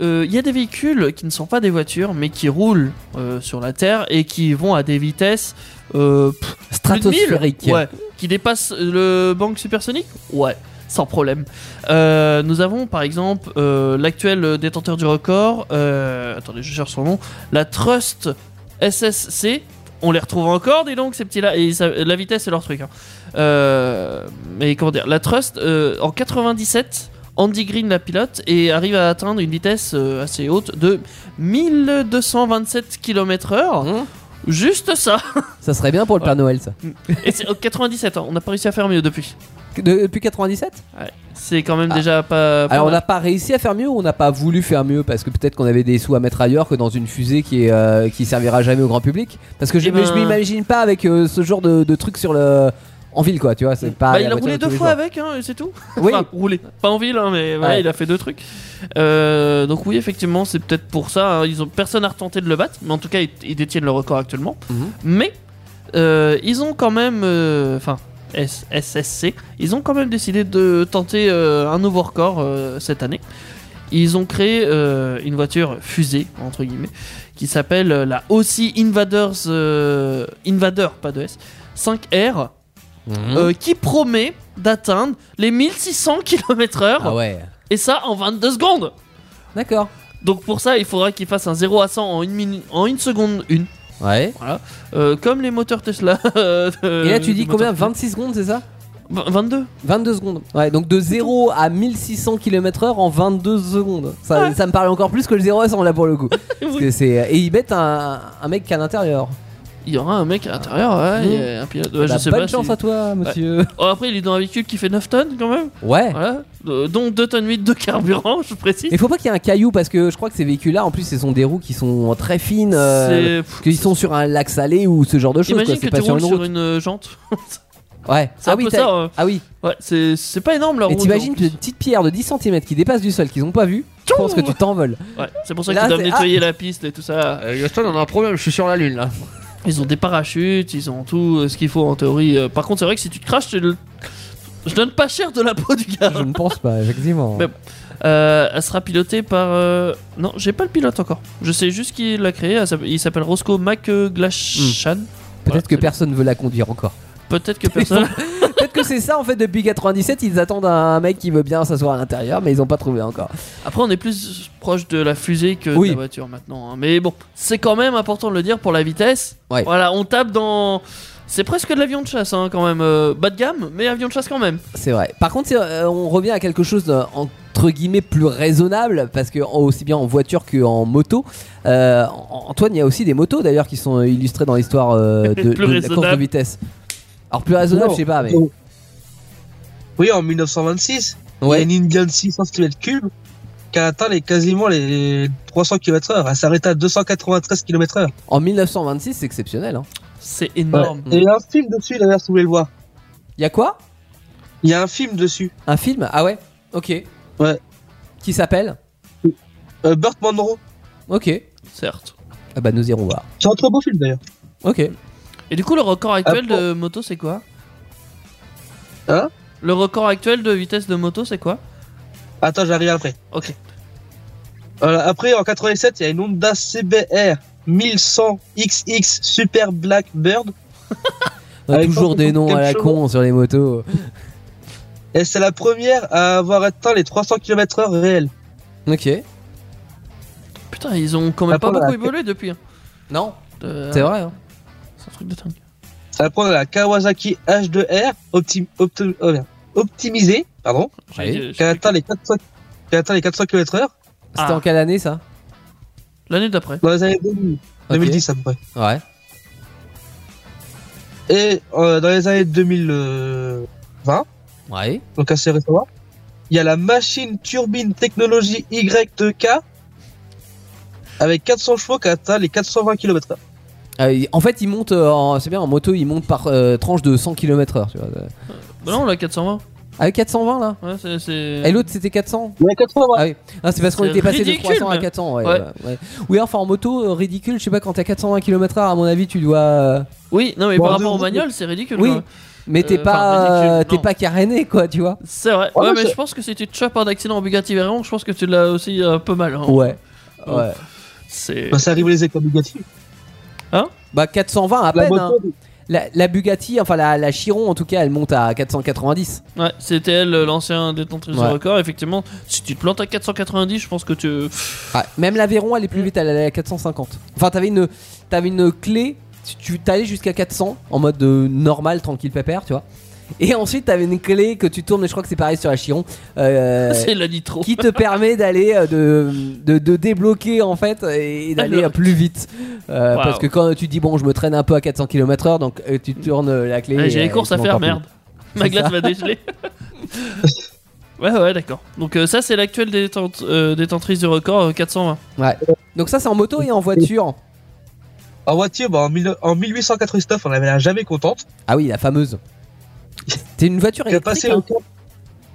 D: Euh, Il y a des véhicules qui ne sont pas des voitures, mais qui roulent euh, sur la Terre et qui vont à des vitesses. Euh, pff, plus de 1000.
C: Stratosphérique.
D: Ouais. Qui dépasse euh, le Bank Supersonic Ouais, sans problème. Euh, nous avons par exemple euh, l'actuel détenteur du record. euh, attendez, je cherche son nom. La Trust SSC. On les retrouve encore, dis donc, ces petits-là. Et ça- la vitesse, c'est leur truc. hein. Euh, mais comment dire La Trust, euh, en 97, Andy Green la pilote et arrive à atteindre une vitesse euh, assez haute de 1227 km/h.
C: Mmh.
D: Juste ça
C: Ça serait bien pour le Père Noël, ça.
D: et c'est oh, 97, hein, on n'a pas réussi à faire mieux depuis.
C: De- depuis 97
D: C'est quand même
C: Ah.
D: déjà pas. pas
C: Alors on
D: mal.
C: n'a pas réussi à faire mieux ou on n'a pas voulu faire mieux parce que peut-être qu'on avait des sous à mettre ailleurs que dans une fusée qui, est, euh, qui servira jamais au grand public. Parce que je
D: Eh
C: mais je
D: ben-
C: m'imagine pas avec euh, ce genre de, de truc sur le... en ville quoi, tu vois. C'est pas
D: Bah,
C: la
D: il a
C: voiture
D: roulé
C: de tous
D: deux
C: les
D: fois
C: jours.
D: avec, hein, et c'est tout.
C: Oui,
D: Enfin, roulé. Pas en ville, hein, mais voilà,
C: Ouais.
D: il a fait deux trucs. Euh, donc, oui, effectivement, c'est peut-être pour ça. hein, Ils ont, personne n'a retenté de le battre, mais en tout cas, ils, ils détiennent le record actuellement.
C: Mhm.
D: Mais euh, ils ont quand même. euh, Enfin. S- SSC, ils ont quand même décidé de tenter euh, un nouveau record euh, cette année. Ils ont créé euh, une voiture fusée, entre guillemets, qui s'appelle euh, la OC Invaders, euh, Invader, pas de S, 5R,
C: Mhm. Hum.
D: euh, qui promet d'atteindre les 1600 km/h
C: Ah ouais.
D: et ça en 22 secondes.
C: D'accord.
D: Donc pour ça, il faudra qu'il fasse un 0 à 100 en une, minute, en une seconde une,
C: Ouais.
D: Euh, comme les moteurs Tesla. euh,
C: Et là tu dis
D: des
C: combien
D: moteurs-
C: 26 secondes c'est ça
D: Vingt- 22.
C: 22 secondes. Ouais, donc de 0 à 1600 km/h en 22 secondes. Ça, euh, ça me parle encore plus que le 0 à 100 là pour le coup. Parce que c'est- Et ils mettent un, un mec qu'à l'intérieur.
D: il y aura un mec à l'intérieur, ouais, il y a un pilote. ouais,
C: Bah,
D: je sais
C: bonne
D: pas.
C: chance
D: si-
C: à toi, monsieur.
D: Oh, après, il est dans un véhicule qui fait 9 tonnes quand même.
C: Ouais.
D: Voilà. Euh, Donc 2 tonnes 8 de carburant, je précise.
C: Il faut pas qu'il y ait un caillou parce que je crois que ces véhicules-là, en plus, ce sont des roues qui sont très fines, euh,
D: C'est- pff,
C: qu'ils sont sur un lac salé ou ce genre de choses.
D: Imagine
C: quoi, c'est
D: que
C: pas
D: tu
C: sur
D: roules
C: une
D: sur
C: route.
D: une euh, jante.
C: Ouais.
D: C'est
C: Ah
D: un
C: oui,
D: peu
C: t'as-
D: ça. euh,
C: ah oui.
D: Ouais, c'est c'est pas énorme la
C: Et
D: route.
C: t'imagines
D: en
C: une
D: plus.
C: petite pierre de 10 cm qui dépasse du sol qu'ils ont pas vu Je pense que tu t'envoles.
D: Ouais, c'est pour ça
C: Là,
D: qu'ils doivent
C: c'est- ah.
D: nettoyer la piste et tout ça.
C: Euh, Gaston, on a un problème, je suis sur la lune là.
D: Ils ont des parachutes, ils ont tout euh, ce qu'il faut en théorie. Euh, Par contre, c'est vrai que si tu te craches, tu le- je donne pas cher de la peau du gars.
C: Je ne pense pas, effectivement.
D: Mais- Euh, elle sera pilotée par. euh, Non, j'ai pas le pilote encore. Je sais juste qui l'a créé. Elle s'appelle- Il s'appelle Roscoe McGlashan.
C: Hmm. Peut-être que
D: Ouais, bah, c'est-
C: personne veut la conduire encore.
D: Peut-être que personne.
C: Peut-être que c'est ça en fait depuis 97, ils attendent un mec qui veut bien s'asseoir à l'intérieur, mais ils ont pas trouvé encore.
D: Après, on est plus proche de la fusée que
C: Oui.
D: de la voiture maintenant. hein. Mais bon, c'est quand même important de le dire pour la vitesse.
C: Ouais.
D: Voilà, on tape dans. C'est presque de l'avion de chasse hein, quand même. Euh, bas de gamme, mais avion de chasse quand même.
C: C'est vrai. Par contre, c'est- euh, on revient à quelque chose de, entre guillemets plus raisonnable parce que en- aussi bien en voiture qu'en moto. euh, An- Antoine, il y a aussi des motos d'ailleurs qui sont illustrées dans l'histoire euh, de,
D: Plus
C: de la course de
D: raisonnable.
C: vitesse. Alors plus raisonnable,
E: Non.
C: je sais pas, mais
E: Oh. Oui, en 1926,
C: ouais.
E: il y a une Indian 600 km3 qui a atteint les, quasiment les 300 km/h. Elle s'arrêtait à 293 km/h.
C: en 1926, c'est exceptionnel. hein.
D: C'est énorme.
E: Il y a un film dessus, d'ailleurs, si vous voulez le voir.
C: Il y a quoi
E: Il y a un film dessus.
C: Un film Ah ouais. Ok.
E: Ouais.
C: Qui s'appelle
E: Euh, Burt Monroe.
C: Ok.
D: Certes.
C: Ah bah nous irons voir.
E: C'est un très beau film, d'ailleurs.
C: Ok.
D: Et du coup, le record actuel
E: Ah, pour-
D: de moto, c'est quoi
E: Hein
D: Le record actuel de vitesse de moto, c'est quoi
E: Attends, j'arrive après.
D: Ok.
E: Voilà, après, en 87, il y a une Honda CBR 1100XX Super Blackbird.
C: On a
E: Avec
C: toujours des noms à la
E: 150
C: con sur les motos.
E: Et c'est la première à avoir atteint les 300 km/h réels.
C: Ok.
D: Putain, ils ont quand même
E: Après,
D: pas beaucoup
E: la-
D: évolué depuis. hein.
C: Non,
D: Euh,
C: c'est vrai. hein.
D: C'est un truc de dingue.
E: Après, on a la Kawasaki H2R optim- optim- oh, merde, optimisée, pardon,
D: J'allais
C: Oui.
D: dire-
E: qui a atteint les 400, qui a atteint les 400 km/h
C: C'était
D: Ah.
C: en quelle année ça
D: L'année d'après.
E: dans les années 2000,
C: Ok.
E: 2010 à peu près.
C: Ouais.
E: Et euh, dans les années 2020,
C: Ouais.
E: donc assez récemment, il y a la machine turbine technologie Y2K avec 400 chevaux qui a atteint les 420 km/h.
C: Euh, il- en fait, ils montent, euh, en- c'est bien, en moto, ils montent par euh, tranche de 100 km/h. Tu vois.
D: Bah non, la 420.
C: Ah, 420 là
D: Ouais, c'est- c'est.
C: Et l'autre, c'était 400
E: Ouais, 420.
C: Ah oui, Ah, c'est parce qu'on
D: C'est
C: était passé de
D: ridicule,
C: 300 à
D: même.
C: 400. Ouais,
D: Ouais.
C: ouais, ouais. Oui, enfin en moto, euh, ridicule, je sais pas, quand t'as 420 km/h, à mon avis, tu dois. euh,
D: Oui, non, mais
E: Bon,
D: par
E: de
D: rapport aux
E: vous-
D: bagnoles, c'est ridicule.
C: Oui.
D: quand même.
C: Mais t'es
D: Euh, enfin,
C: pas, euh,
D: ridicule,
C: t'es
D: non.
C: pas caréné quoi, tu vois
D: C'est vrai.
E: Ouais,
D: ouais,
E: non,
D: mais
E: c'est-
D: je pense que si tu te chopes un accident en Bugatti Veyron, je pense que tu l'as aussi un peu mal. hein.
C: Ouais.
D: Oh.
C: Ouais.
D: C'est.
E: Bah, ça arrive les écoles négatives.
C: Bah 420 à
E: La
C: peine. hein.
E: moto,
C: La, la Bugatti, enfin la, la Chiron en tout cas, elle monte à 490.
D: Ouais, c'était elle, euh, l'ancien détentrice
C: Ouais.
D: du record. Effectivement, si tu te plantes à 490, je pense que tu.
C: Ah, même l'Aveyron allait
D: Mm.
C: plus vite, elle allait à 450. Enfin, t'avais une, t'avais une clé, tu- tu t'allais jusqu'à 400 en mode euh, normal, tranquille, pépère, tu vois. Et ensuite, t'avais une clé que tu tournes, et je crois que c'est pareil sur la Chiron, euh,
D: C'est la nitro.
C: qui te permet d'aller euh, de, de, de débloquer en fait et d'aller
D: Alors.
C: euh, plus vite. Euh,
D: Wow.
C: Parce que quand tu dis, bon, je me traîne un peu à 400 km/h, donc euh, tu tournes euh, la clé.
D: Ouais,
C: et,
D: Ah, J'ai
C: euh,
D: les courses
C: tu
D: à
C: vas
D: faire,
C: encore plus
D: merde. Ma glace va dégeler. ouais, ouais, d'accord. Donc, euh, ça, c'est l'actuelle détente- euh, détentrice du record euh, 420.
C: vite. Ouais. Donc, ça, c'est en moto et en voiture.
E: En voiture, bah, en, mille- en 1889, on avait la jamais contente.
C: Ah oui, la fameuse. C'était une voiture
E: Qui a
C: électrique.
E: passé le cap,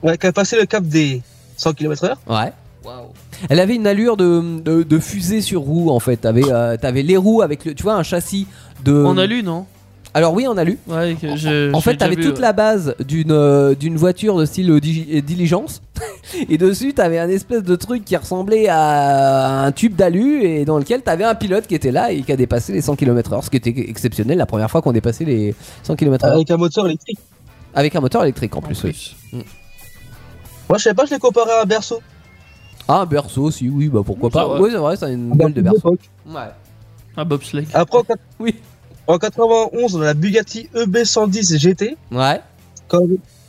E: ouais, qui a passé le cap des 100 km/h.
C: Ouais. Elle avait une allure de, de, de fusée sur roue en fait. T'avais euh, t'avais les roues avec le, tu vois, un châssis de.
D: On a lu, non
C: Alors oui, on a lu.
D: Ouais, que je-
C: Euh. en
D: je l'ai
C: fait,
D: déjà
C: t'avais
D: vu,
C: toute
D: ouais.
C: la base d'une euh, d'une voiture de style digi- euh, diligence, et dessus t'avais un espèce de truc qui ressemblait à un tube d'alu et dans lequel t'avais un pilote qui était là et qui a dépassé les 100 km/h, ce qui était exceptionnel la première fois qu'on dépassait les 100 km/h
E: Avec un moteur électrique.
C: avec un moteur électrique en
D: Ah. En
C: plus. oui.
D: plus.
E: Moi, je sais pas, je l'ai comparé à un berceau.
C: Ah, un berceau, si oui, bah pourquoi
D: Ça
C: pas.
D: va.
C: Oui, c'est vrai, c'est une gueule de berceau. Ouais.
D: euh, Un bobsleigh.
E: Après, en, quat-
C: Oui.
E: E en 91, on a la Bugatti EB110 GT.
C: Ouais.
E: Quand,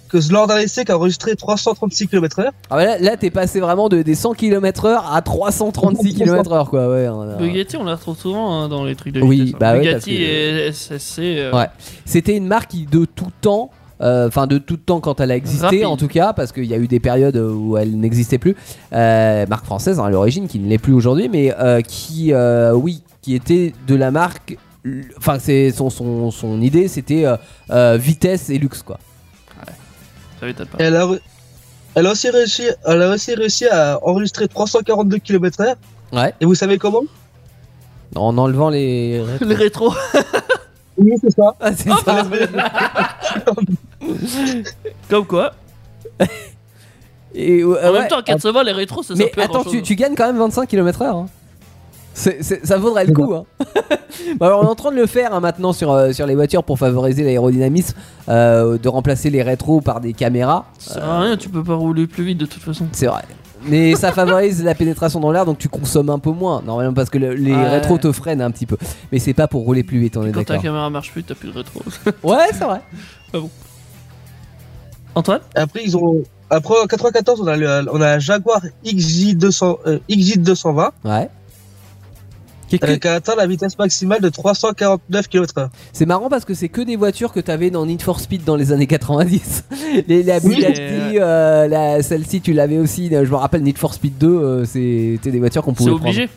E: que lors d'un essai qui a enregistré 336 km/h,
C: Ah ouais, là, là, t'es passé vraiment de, des 100 km/h à 336 km/h quoi. Ouais, on a-
D: Bugatti, on la retrouve souvent hein, dans les trucs de
C: Ah. Oui,
D: vitesse, hein.
C: bah oui, parce
D: Bugatti
C: que-
D: et SSC. euh,
C: Ouais. C'était une marque qui de tout temps, euh, enfin de tout temps quand elle a existé
D: Rapide.
C: en tout cas, parce qu'il y a eu des périodes où elle n'existait plus. Euh, marque française hein, à l'origine qui ne l'est plus aujourd'hui, mais euh, qui, euh, oui, qui était de la marque. Enfin, c'est son, son, son idée, c'était euh, euh, vitesse et luxe quoi.
D: Ça m'étonne pas.
E: elle a, re- elle, a aussi réussi, elle a aussi réussi à enregistrer 342 km/h.
C: Ouais.
E: Et vous savez comment
C: En enlevant les.
D: Le rétro.
E: Oui, c'est ça.
C: Ah,
D: Oh,
C: c'est ça.
D: bah, Comme quoi.
C: Et, euh,
D: En
C: ouais.
D: même temps, 4 les rétros, ça sert
C: Mais
D: plus à
C: attends,
D: grand-chose.
C: tu, tu gagnes quand même 25 km/h. hein. C'est- c'est- ça vaudrait le coup. hein. Bon, alors, on est en train de le faire hein, maintenant sur, euh, sur les voitures pour favoriser l'aérodynamisme, euh, de remplacer les rétros par des caméras.
D: hein. Ça sert à rien, tu peux pas rouler plus vite de toute façon.
C: C'est vrai. Mais ça favorise la pénétration dans l'air, donc tu consommes un peu moins, normalement, parce que le- les
D: Ouais.
C: rétros te freinent un petit peu. Mais c'est pas pour rouler plus vite, on est
D: Quand ta
C: d'accord.
D: caméra marche plus, t'as plus de rétro.
C: Ouais, c'est vrai.
D: Antoine
E: Après, ils ont. Après, en 94, on a, le, on a un Jaguar XJ200, euh, XJ220
C: Ouais. Qui est que-
E: euh, qui a atteint la vitesse maximale de 349 km/h.
C: C'est marrant parce que c'est que des voitures que t'avais dans Need for Speed dans les années 90. Les, la
E: Oui,
C: Bugatti,
D: mais,
C: euh, la- celle-ci tu l'avais aussi. euh, Je me rappelle Need for Speed 2, euh, c'était des voitures qu'on
D: C'est
C: pouvait prendre.
D: obligé.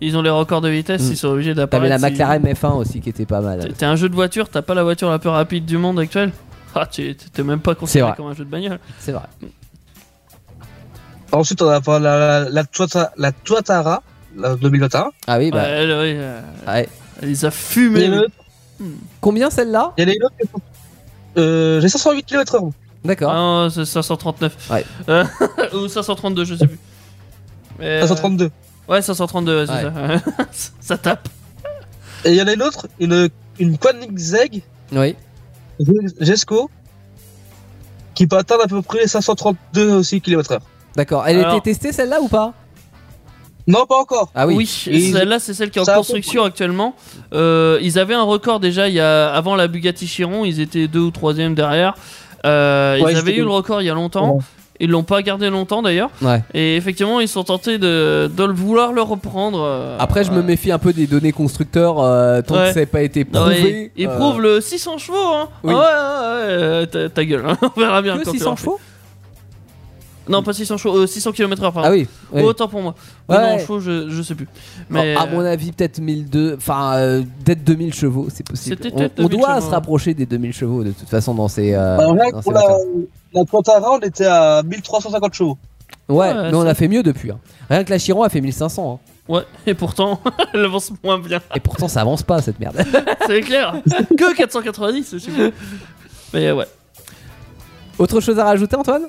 D: Ils ont les records de vitesse,
C: Mm.
D: ils sont obligés
C: T'avais
D: d'apparaître.
C: la
D: si-
C: McLaren F1 aussi qui était pas mal.
D: T'es- T'es un jeu de voiture, t'as pas la voiture la plus rapide du monde actuelle Ah, tu- t'es t'es même pas
C: C'est
D: considéré
C: vrai.
D: comme un jeu de bagnole.
C: C'est vrai.
E: Ensuite, on a enfin, la, la, la, Tuata- la Tuatara, la 2021.
C: Ah oui, bah.
D: Ouais, elle, ouais, euh,
C: ouais.
D: elle les a
E: Il y
D: fumés.
E: en a une autre-
C: Combien celle-là
E: il y en a une autre qui est- euh, J'ai 508 km/h.
C: D'accord.
D: Ah, non, c'est 539.
C: hein. Ouais.
D: Euh, ou 532, je sais plus. Mais, euh,
E: 532.
D: Ouais, 532, ouais, c'est
C: Ouais.
D: ça. ça tape.
E: Et il y en a une autre, une, une Koenigsegg
C: Oui.
E: Gesco, qui peut atteindre à peu près 532 aussi km/h.
C: D'accord. Elle
D: Alors-
C: était testée celle-là ou pas
E: Non, pas encore.
C: Ah oui.
E: Et-
D: celle-là, c'est celle qui est en
E: Ça a
D: construction actuellement. Euh, ils avaient un record déjà il y a, avant la Bugatti Chiron, ils étaient deux ou troisième derrière. Euh,
E: Ouais,
D: ils avaient
E: j'étais-
D: eu le record il y a longtemps.
E: Ouais.
D: Ils l'ont pas gardé longtemps d'ailleurs.
C: Ouais.
D: Et effectivement, ils sont tentés de, de le vouloir le reprendre. euh,
C: Après, je me
D: euh,
C: méfie un peu des données constructeurs euh, tant
D: Ouais.
C: que ça n'a pas été
D: non,
C: prouvé.
D: il, il
C: euh,
D: prouve le 600 chevaux. Hein.
C: Oui.
D: Ah ouais, ouais, ouais, euh, ta, ta gueule. hein. On verra bien.
C: que
D: quand tu
C: 600
D: l'auras fait.
C: chevaux
D: Non, pas 600 chevaux, euh, 600 km/h. Pardon.
C: Ah oui. oui.
D: Autant pour moi.
C: Ouais,
D: non,
C: ouais.
D: chevaux, je, je sais plus.
C: Enfin,
D: Mais euh,
C: à mon avis, peut-être 1200, enfin, euh, peut-être 2000 chevaux, c'est possible.
D: C'était
C: On,
D: peut-être
C: on
D: 2000
C: doit
D: chevaux, hein.
C: se
D: ouais.
C: rapprocher des 2000 chevaux de toute façon dans ces. euh,
E: Alors là,
C: dans ces
E: Bah, pour la,
C: moteurs.
E: la Tuatara, on était à 1350 chevaux.
C: Ouais,
D: Ouais,
C: mais on
D: c'est-
C: a fait mieux depuis. hein. Rien que la Chiron a fait 1500. hein.
D: euh, ouais. Et pourtant, elle avance moins bien.
C: Et pourtant, ça avance pas cette merde.
D: C'est clair. que 490. c'est super. Mais euh, ouais.
C: Autre chose à rajouter, Antoine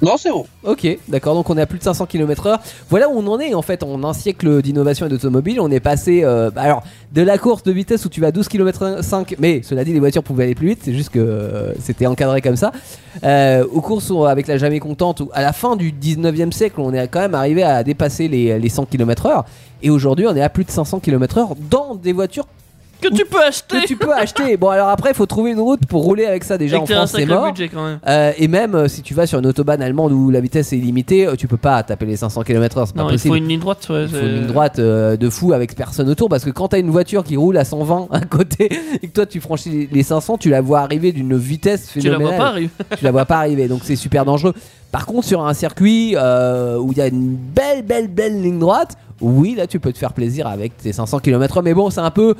E: Non, c'est bon.
C: Ok, d'accord, donc on est à plus de 500 km/h. Voilà où on en est en fait, en un siècle d'innovation et d'automobile. On est passé, euh, bah alors, de la course de vitesse où tu vas à 12 km 5, mais cela dit, les voitures pouvaient aller plus vite, c'est juste que euh, c'était encadré comme ça. Euh, aux courses où- avec la jamais contente, où à la fin du 19e siècle, on est quand même arrivé à dépasser les, les 100 km/h. Et aujourd'hui, on est à plus de 500 km/h dans des voitures
D: Que tu peux acheter.
C: que tu peux acheter. Bon, alors après, il faut trouver une route pour rouler avec ça. Déjà,
D: Et
C: en
D: que t'as un
C: France, c'est
D: sacré
C: mort.
D: budget quand même.
C: Euh, et même euh, si tu vas sur une autobahn allemande où la vitesse est illimitée, euh, tu peux pas taper les 500 km/h, c'est pas
D: Non, il
C: possible.
D: faut une ligne droite. Ouais,
C: Il faut
D: c'est-
C: une ligne droite euh, de fou avec personne autour parce que quand t'as une voiture qui roule à 120 à côté et que toi tu franchis les- les 500, tu la vois arriver d'une vitesse
D: Tu la
C: phénoménale.
D: vois pas arriver.
C: Tu la vois pas arriver, donc c'est super dangereux. Par contre, sur un circuit euh, où il y a une belle, belle, belle ligne droite, oui, là tu peux te faire plaisir avec tes 500 km/h, mais bon, c'est un peu.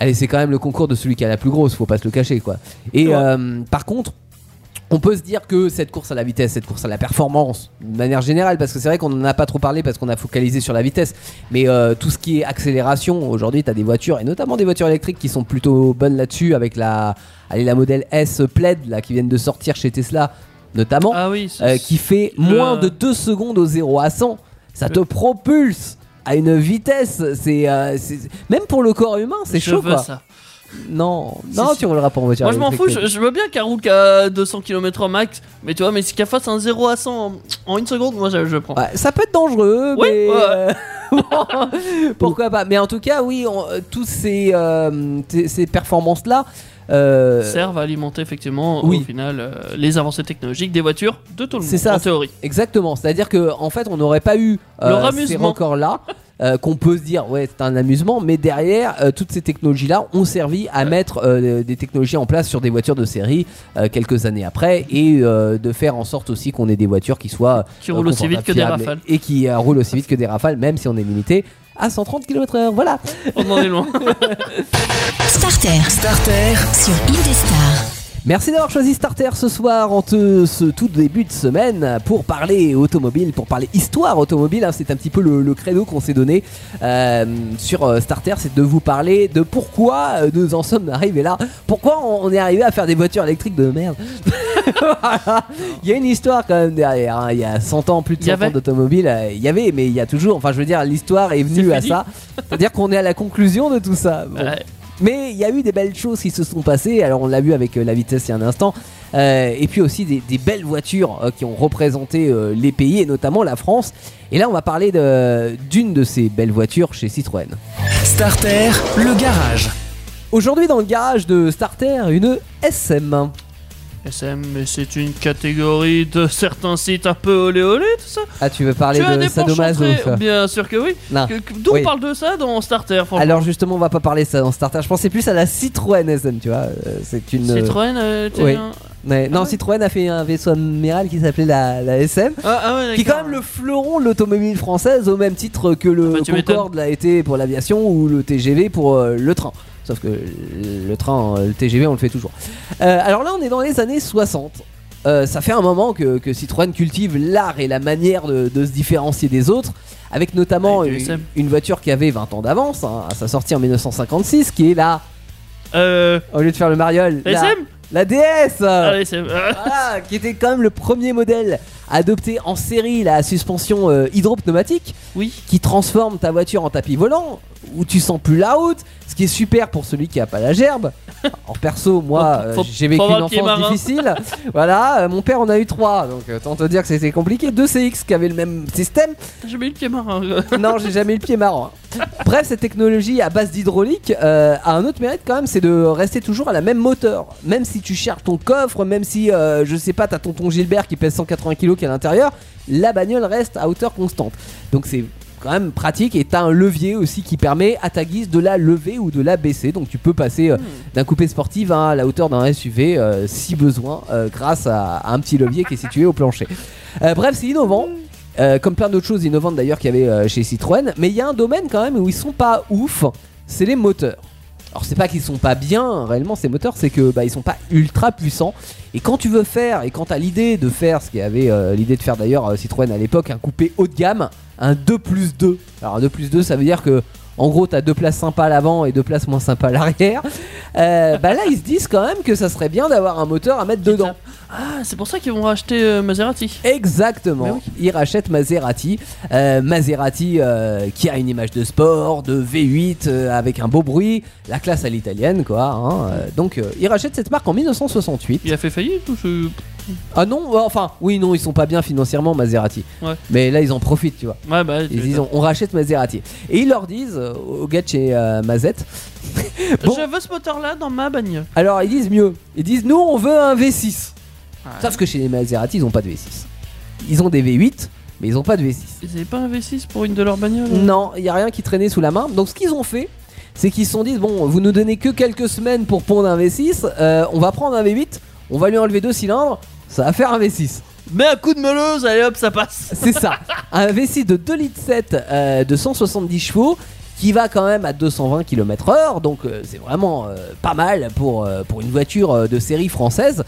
C: Allez, c'est quand même le concours de celui qui a la plus grosse, faut pas se le cacher quoi. Et
D: Ouais.
C: euh, par contre. On peut se dire que cette course à la vitesse, cette course à la performance, de manière générale, parce que c'est vrai qu'on en a pas trop parlé parce qu'on a focalisé sur la vitesse, mais euh, tout ce qui est accélération, aujourd'hui, tu as des voitures, et notamment des voitures électriques qui sont plutôt bonnes là-dessus, avec la, allez, la modèle S Plaid, là, qui viennent de sortir chez Tesla, notamment,
D: Ah oui. c'est-
C: euh, qui fait
D: le-
C: moins de 2 secondes au 0 à 100. Ça te propulse à une vitesse, c'est euh, c'est- même pour le corps humain, c'est
D: je
C: chaud
D: veux
C: quoi.
D: ça.
C: Non, non,
D: si.
C: tu rouleras pas en voiture.
D: Moi je m'en fous,
C: électrique,
D: je, je veux bien qu'elle roule qu'à 200 km max, mais tu vois, mais si qu'elle fasse un 0 à 100 en, en une seconde, moi je, je prends.
C: Ouais, ça peut être dangereux,
D: Oui,
C: mais
D: ouais.
C: euh, Pourquoi pas Mais en tout cas, oui, on- euh, tous ces, euh, t- ces performances-là. euh,
D: servent à alimenter effectivement
C: oui.
D: au final euh, les avancées technologiques des voitures de tout le monde.
C: C'est ça,
D: En théorie.
C: exactement. C'est-à-dire que en fait, on n'aurait pas eu euh,
D: Leur
C: ces
D: amusement.
C: records-là. euh, qu'on peut se dire ouais c'est un amusement mais derrière euh, toutes ces technologies là ont servi à mettre euh, des technologies en place sur des voitures de série euh, quelques années après et euh, de faire en sorte aussi qu'on ait des voitures qui soient
D: Qui roulent
C: euh,
D: aussi vite que des
C: confortables
D: rafales.
C: et qui euh, roulent aussi vite que des rafales même si on est limité à 130 km/h voilà
D: On en est loin.
B: Starter
A: Starter,
B: sur Indestar.
C: Merci d'avoir choisi Starter ce soir en te- ce tout début de semaine pour parler automobile, pour parler histoire automobile. hein. c'est un petit peu le, le credo qu'on s'est donné euh, sur euh, Starter, c'est de vous parler de pourquoi euh, nous en sommes arrivés là, pourquoi on, on est arrivé à faire des voitures électriques de merde. Voilà. Il y a une histoire quand même derrière. hein. Il y a 100 ans, plus de
D: Il y
C: 100
D: avait
C: ans d'automobile, euh, il y avait, mais il y a toujours. Enfin, je veux dire, l'histoire est venue
D: C'est
C: à
D: fini. Euh,
C: ça. C'est-à-dire qu'on est à la conclusion de tout ça. Bon.
D: Ouais.
C: Mais il y a eu des belles choses qui se sont passées. Alors on l'a vu avec euh, la vitesse il y a un instant. Euh, et puis aussi des, des belles voitures euh, qui ont représenté euh, les pays et notamment la France. Et là on va parler de- d'une de, ces belles voitures chez Citroën.
A: Starter, le garage.
C: Aujourd'hui dans le garage de Starter, une SM.
D: SM, mais c'est une catégorie de certains sites un peu olé olé, tout ça.
C: Ah tu veux parler
D: tu as
C: de
D: des
C: sadomaso
D: penchants
C: ça
D: très- Bien sûr que oui.
C: Non.
D: Que- que- D'où
C: Oui.
D: on parle de ça dans Starter, franchement.
C: Alors justement on va pas parler de ça dans Starter. Je pensais plus à la Citroën SM, tu vois. Euh, C'est une.
D: Citroën, euh, t'es
C: oui.
D: un-
C: Ouais. Non
D: Ah ouais.
C: Citroën a fait un vaisseau amiral qui s'appelait la- la SM.
D: Ah, ah ouais,
C: qui est quand
D: d'accord.
C: même le fleuron de l'automobile française au même titre que le
D: Ah bah, tu
C: Concorde l'a été pour l'aviation ou le TGV pour euh, le train. Sauf que le train, euh, le TGV, on le fait toujours. Euh, alors là, on est dans les années 60. Euh, ça fait un moment que, que Citroën cultive l'art et la manière de, de se différencier des autres, avec notamment
D: Avec le
C: une,
D: SM.
C: une voiture qui avait 20 ans d'avance hein, à sa sortie en 1956, qui est là,
D: Euh,
C: au lieu de faire le mariole, la,
D: SM
C: la DS
D: Ah, oui, SM. Ah,
C: voilà, qui était quand même le premier modèle adopté en série la suspension euh, hydropneumatique
D: Oui.
C: qui transforme ta voiture en tapis volant où tu sens plus la haute, ce qui est super pour celui qui a pas la gerbe. En perso, moi,
D: Faut-
C: euh,
D: faut-
C: j'ai
D: faut
C: vécu
D: avoir
C: une
D: le pied
C: enfance
D: marin.
C: difficile. voilà, euh, mon père en a eu trois, donc euh, tant te dire que c'était compliqué. Deux CX qui avaient le même système.
D: J'ai mis le pied marin. euh.
C: Non, j'ai jamais eu le pied marrant. hein. Bref, cette technologie à base d'hydraulique euh, a un autre mérite quand même, c'est de rester toujours à la même moteur. Même si tu cherches ton coffre, même si, euh, je sais pas, t'as tonton Gilbert qui pèse 180 kg qui est à l'intérieur, la bagnole reste à hauteur constante. Donc c'est quand même pratique et t'as un levier aussi qui permet à ta guise de la lever ou de la baisser. Donc tu peux passer euh, d'un coupé sportif à la hauteur d'un SUV euh, si besoin euh, grâce à, à un petit levier qui est situé au plancher. Euh, bref, c'est innovant. Euh, comme plein d'autres choses innovantes d'ailleurs qu'il y avait euh, chez Citroën. Mais il y a un domaine quand même où ils sont pas ouf, c'est les moteurs. Alors c'est pas qu'ils sont pas bien réellement ces moteurs, c'est que bah, ils sont pas ultra puissants. Et quand tu veux faire et quand t'as l'idée de faire ce qu'il y avait euh, l'idée de faire d'ailleurs euh, Citroën à l'époque, un coupé haut de gamme, un 2 plus 2. Alors un 2 plus 2 ça veut dire que en gros t'as deux places sympas à l'avant et deux places moins sympas à l'arrière. Euh, bah là ils se disent quand même que ça serait bien d'avoir un moteur à mettre dedans.
D: Ah, c'est pour ça qu'ils vont racheter euh, Maserati. Mais
C: Exactement. Il rachète Maserati. Euh, Maserati euh, qui a une image de sport, de V8 euh, avec un beau bruit, la classe à l'italienne quoi. hein. Euh, donc euh, il rachète cette marque en 1968.
D: Il a fait faillite ou c'est-
C: Ah non, euh, enfin oui non ils sont pas bien financièrement Maserati.
D: Ouais.
C: Mais là ils en profitent tu vois.
D: Ouais, bah. tu
C: Ils disent on, on rachète Maserati. Et ils leur disent euh, aux gars de chez euh, Mazette. bon.
D: Je veux euh, ce moteur-là dans ma bagnole.
C: Alors ils disent mieux. Ils disent nous on veut un V6.
D: Ouais.
C: Sauf que chez les Maserati ils ont pas de V6. Ils ont des V8 mais ils ont pas de V6.
D: Ils avaient pas un V6 pour une de leurs bagnoles hein
C: Non, il n'y a rien qui traînait sous la main. Donc ce qu'ils ont fait, c'est qu'ils se sont dit, bon, vous nous donnez que quelques semaines pour pondre un V6, euh, on va prendre un V8, on va lui enlever deux cylindres, ça va faire un V6.
D: euh. Mais un coup de meuleuse, allez hop, ça passe.
C: C'est ça. un V6 de 2 litres 7 euh, de 170 chevaux qui va quand même à 220 km heure, donc euh, c'est vraiment euh, pas mal pour, euh, pour une voiture euh, de série française.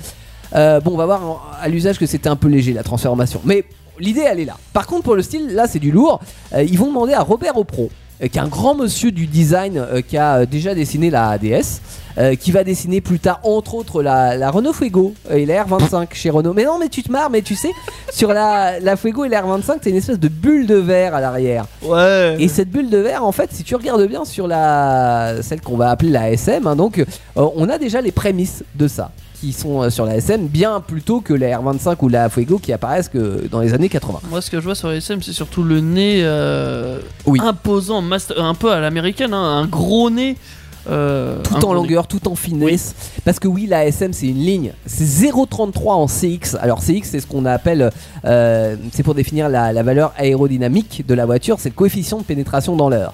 C: Euh, bon, on va voir en- à l'usage que c'était un peu léger la transformation, mais l'idée elle est là. Par contre, pour le style, là c'est du lourd. Euh, ils vont demander à Robert Opro, euh, qui est un grand monsieur du design euh, qui a euh, déjà dessiné la DS, euh, qui va dessiner plus tard entre autres la, la Renault Fuego euh, et la R25 chez Renault. Mais non, mais tu te marres, mais tu sais, sur la, la Fuego et la R25, t'as une espèce de bulle de verre à l'arrière.
D: Ouais.
C: Et cette bulle de verre, en fait, si tu regardes bien sur la celle qu'on va appeler la SM, hein, donc euh, on a déjà les prémices de ça. qui sont euh, sur la SN bien plutôt que la R25 ou la Fuego qui apparaissent que dans les années 80.
D: Moi, ce que je vois sur la SM, c'est surtout le nez euh,
C: Oui.
D: imposant, mast- un peu à l'américaine, hein, un gros nez. euh,
C: Tout
D: un
C: en
D: gros nez.
C: longueur, tout en finesse. Parce que oui, la SM c'est une ligne. C'est 0,33 en CX. Alors CX c'est ce qu'on appelle, euh, c'est pour définir la, la valeur aérodynamique de la voiture, c'est le coefficient de pénétration dans l'air.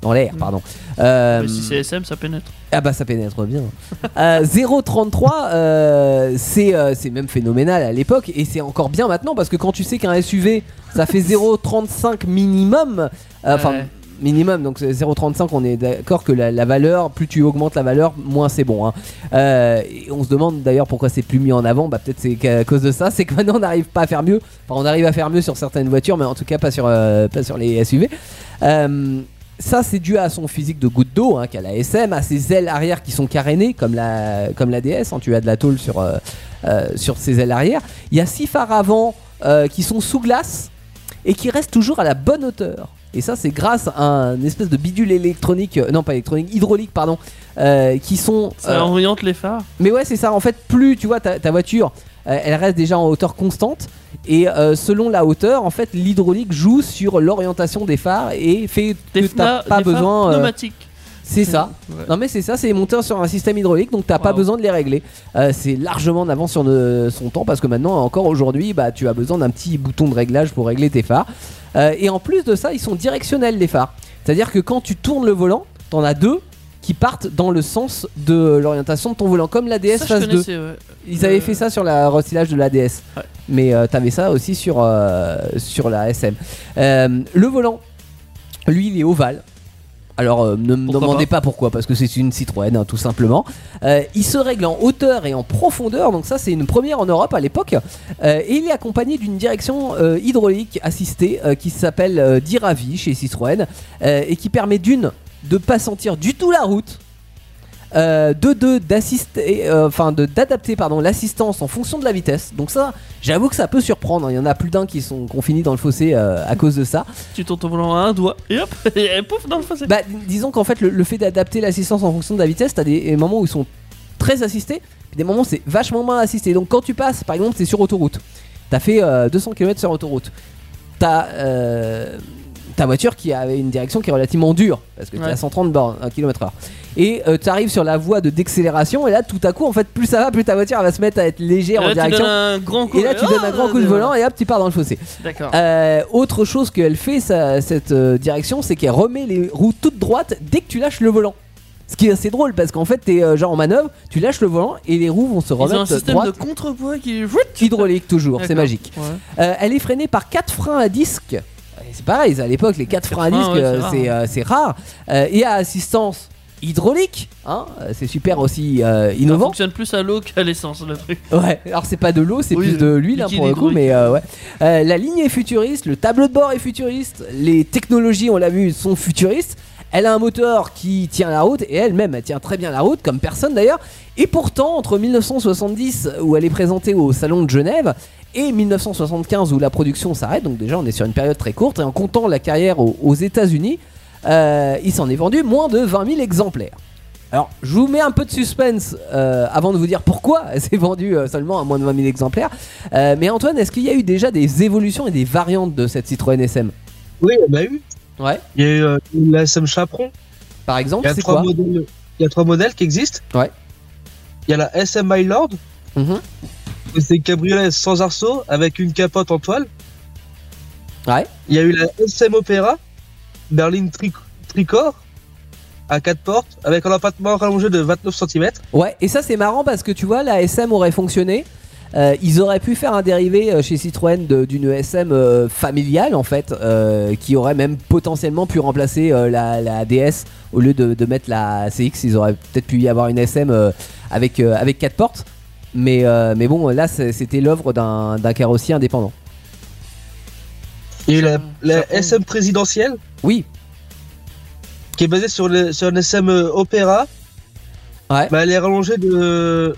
C: Dans l'air,
D: Mm.
C: pardon. Euh,
D: Mais si c'est SM, ça pénètre.
C: Ah bah ça pénètre bien. Euh, 0,33, euh, c'est euh, c'est même phénoménal à l'époque et c'est encore bien maintenant parce que quand tu sais qu'un SUV ça fait 0,35 minimum, euh, enfin
D: Ouais.
C: minimum, donc c'est 0,35 on est d'accord que la, la valeur, plus tu augmentes la valeur, moins c'est bon. hein. Euh, et on se demande d'ailleurs pourquoi c'est plus mis en avant, bah peut-être c'est qu'à cause de ça, c'est que maintenant on n'arrive pas à faire mieux, enfin on arrive à faire mieux sur certaines voitures mais en tout cas pas sur, euh, pas sur les SUV. Euh, ça, c'est dû à son physique de goutte d'eau, hein, qu'à la SM, à ses ailes arrière qui sont carénées, comme la, comme la DS. hein, tu as de la tôle sur, euh, euh, sur ses ailes arrière. Il y a six phares avant euh, qui sont sous glace et qui restent toujours à la bonne hauteur. Et ça, c'est grâce à un espèce de bidule électronique, euh, non pas électronique, hydraulique, pardon, euh, qui sont.
D: Ça
C: euh,
D: oriente les phares.
C: mais ouais, c'est ça. En fait, plus tu vois ta, ta voiture, euh, elle reste déjà en hauteur constante. Et euh, selon la hauteur, en fait, l'hydraulique joue sur l'orientation des phares et fait que
D: Des,
C: t'as pas
D: fna- des phares
C: besoin. euh,
D: pneumatiques.
C: c'est ça.
D: Ouais.
C: Non mais c'est ça, c'est monté sur un système hydraulique, donc t'as pas
D: Waouh.
C: besoin de les régler. Euh, c'est largement en avance sur ne- son temps parce que maintenant, encore aujourd'hui, bah tu as besoin d'un petit bouton de réglage pour régler tes phares. Euh, et en plus de ça, ils sont directionnels les phares. C'est-à-dire que quand tu tournes le volant, t'en as deux qui partent dans le sens de l'orientation de ton volant, comme la DS
D: Ça, je
C: Phase 2.
D: connaissais, ouais.
C: Ils avaient
D: Euh,
C: fait ça sur la recyclage de la DS.
D: Ouais.
C: Mais euh, t'avais ça aussi sur, euh, sur la SM. Euh, le volant, lui, il est ovale. Alors euh, ne me
D: Pourquoi
C: demandez pas. pourquoi, parce que c'est une Citroën, hein, tout simplement. Euh, il se règle en hauteur et en profondeur, donc ça c'est une première en Europe à l'époque. Euh, et il est accompagné d'une direction euh, hydraulique assistée euh, qui s'appelle euh, Diravi chez Citroën euh, et qui permet d'une de pas sentir du tout la route. Euh, de deux d'assister euh, enfin de d'adapter pardon l'assistance en fonction de la vitesse donc ça j'avoue que ça peut surprendre hein. il y en a plus d'un qui sont qu'on finit dans le fossé euh, à cause de ça
D: Tu tournes ton volant à un doigt et hop, et pouf dans le fossé.
C: bah, disons qu'en fait, le, le fait d'adapter l'assistance en fonction de la vitesse, t'as des, des moments où ils sont très assistés, puis des moments où c'est vachement moins assisté. Donc quand tu passes, par exemple, c'est sur autoroute, t'as fait euh, 200 km sur autoroute, t'as euh, ta voiture qui avait une direction qui est relativement dure, parce que t'es
D: Ouais.
C: à 130 bornes, 1 km/h. Et euh, t'arrives sur la voie de d'accélération, et là, tout à coup, en fait, plus ça va, plus ta voiture elle va se mettre à être
D: Et
C: légère en
D: là, tu
C: direction.
D: donnes un grand coup
C: Et là, tu donnes un
D: Ah,
C: grand coup de volant, et hop, tu pars dans le fossé.
D: D'accord.
C: Euh, autre chose qu'elle fait, ça- cette euh, direction, c'est qu'elle remet les roues toutes droites dès que tu lâches le volant. Ce qui est assez drôle parce qu'en fait, t'es euh, genre en manœuvre, tu lâches le volant et les roues vont se
D: Ils ont un
C: remettre
D: système
C: droites.
D: de contrepoids qui.
C: Hydraulique toujours, c'est
D: D'accord.
C: magique.
D: Ouais.
C: Euh, elle est freinée par 4 freins à disque. Et C'est pareil, à l'époque, les 4 freins à
D: freins,
C: disque,
D: ouais,
C: euh,
D: c'est
C: c'est euh, c'est rare. Euh, et à assistance hydraulique, hein, euh, c'est super aussi euh,
D: Ça
C: innovant.
D: fonctionne plus à l'eau qu'à l'essence, le truc.
C: Ouais, alors c'est pas de l'eau, c'est
D: Oui,
C: plus de l'huile hein,
D: liquide
C: pour le coup,
D: hydraulique.
C: mais euh, ouais. Euh, la ligne est futuriste, le tableau de bord est futuriste, les technologies, on l'a vu, sont futuristes. Elle a un moteur qui tient la route et elle-même, elle tient très bien la route, comme personne d'ailleurs. Et pourtant, entre 1970, où elle est présentée au Salon de Genève, et 1975, où la production s'arrête, donc déjà on est sur une période très courte, et en comptant la carrière aux, aux États-Unis, euh, il s'en est vendu moins de 20 000 exemplaires. Alors, je vous mets un peu de suspense euh, avant de vous dire pourquoi elle s'est vendue euh, seulement à moins de 20 000 exemplaires. Euh, mais Antoine, est-ce qu'il y a eu déjà des évolutions et des variantes de cette Citroën SM
E: Oui, il y en a eu.
C: Ouais.
E: Il y a eu euh, la SM Chaperon.
C: Par
E: Il y,
C: exemple,
E: a
C: Oh, c'est
E: trois
C: quoi
E: modèles, il y a trois modèles qui existent.
C: Ouais.
E: Il y a la SM My Lord,
C: Mhm.
E: c'est une cabriolet sans arceau avec une capote en toile.
C: Ouais.
E: Il y a eu la SM Opera, berline tri- tricorps, à quatre portes, avec un empattement rallongé de 29 cm.
C: Ouais, et ça c'est marrant parce que tu vois, la SM aurait fonctionné. Euh, ils auraient pu faire un dérivé euh, chez Citroën de- d'une SM euh, familiale en fait, euh, qui aurait même potentiellement pu remplacer euh, la, la DS au lieu de, de mettre la CX. Ils auraient peut-être pu y avoir une SM euh, avec euh, avec quatre portes. Mais euh, mais bon, là c'est- c'était l'œuvre d'un d'un carrossier indépendant.
E: Il y a eu la, la
D: Chaperon.
E: SM présidentielle,
C: Oui,
E: qui est basée sur, le, sur une SM Opera.
C: Ouais.
E: Bah, elle est rallongée de,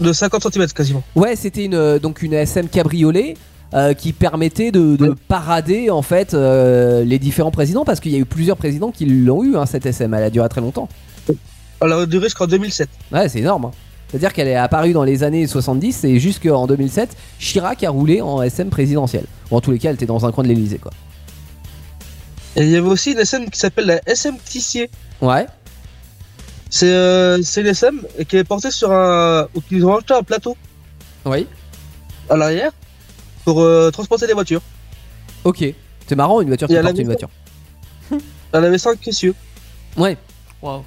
E: de 50 cm quasiment.
C: Ouais, c'était une euh, donc une SM cabriolet euh, qui permettait de, de
E: Ouais.
C: parader en fait euh, les différents présidents parce qu'il y a eu plusieurs présidents qui l'ont eu hein, cette SM. Elle a duré très longtemps.
E: Elle a duré jusqu'en 2007.
C: Ouais, c'est énorme. hein. C'est-à-dire qu'elle est apparue dans les années 70 et jusqu'en 2007, Chirac a roulé en SM présidentielle. Ou en tous les cas, elle était dans un coin de l'Elysée, quoi.
E: Et il y avait aussi une SM qui s'appelle la SM Tissier.
C: Ouais.
E: C'est euh, c'est une SM qui est portée sur un. ou qui ont acheté un plateau
C: Oui.
E: à l'arrière pour euh, transporter des voitures.
C: Ok. C'est marrant, une voiture
E: Il
C: qui
E: y a la
C: porte une voiture.
E: Elle avait 5 essieux.
C: Ouais.
D: Waouh.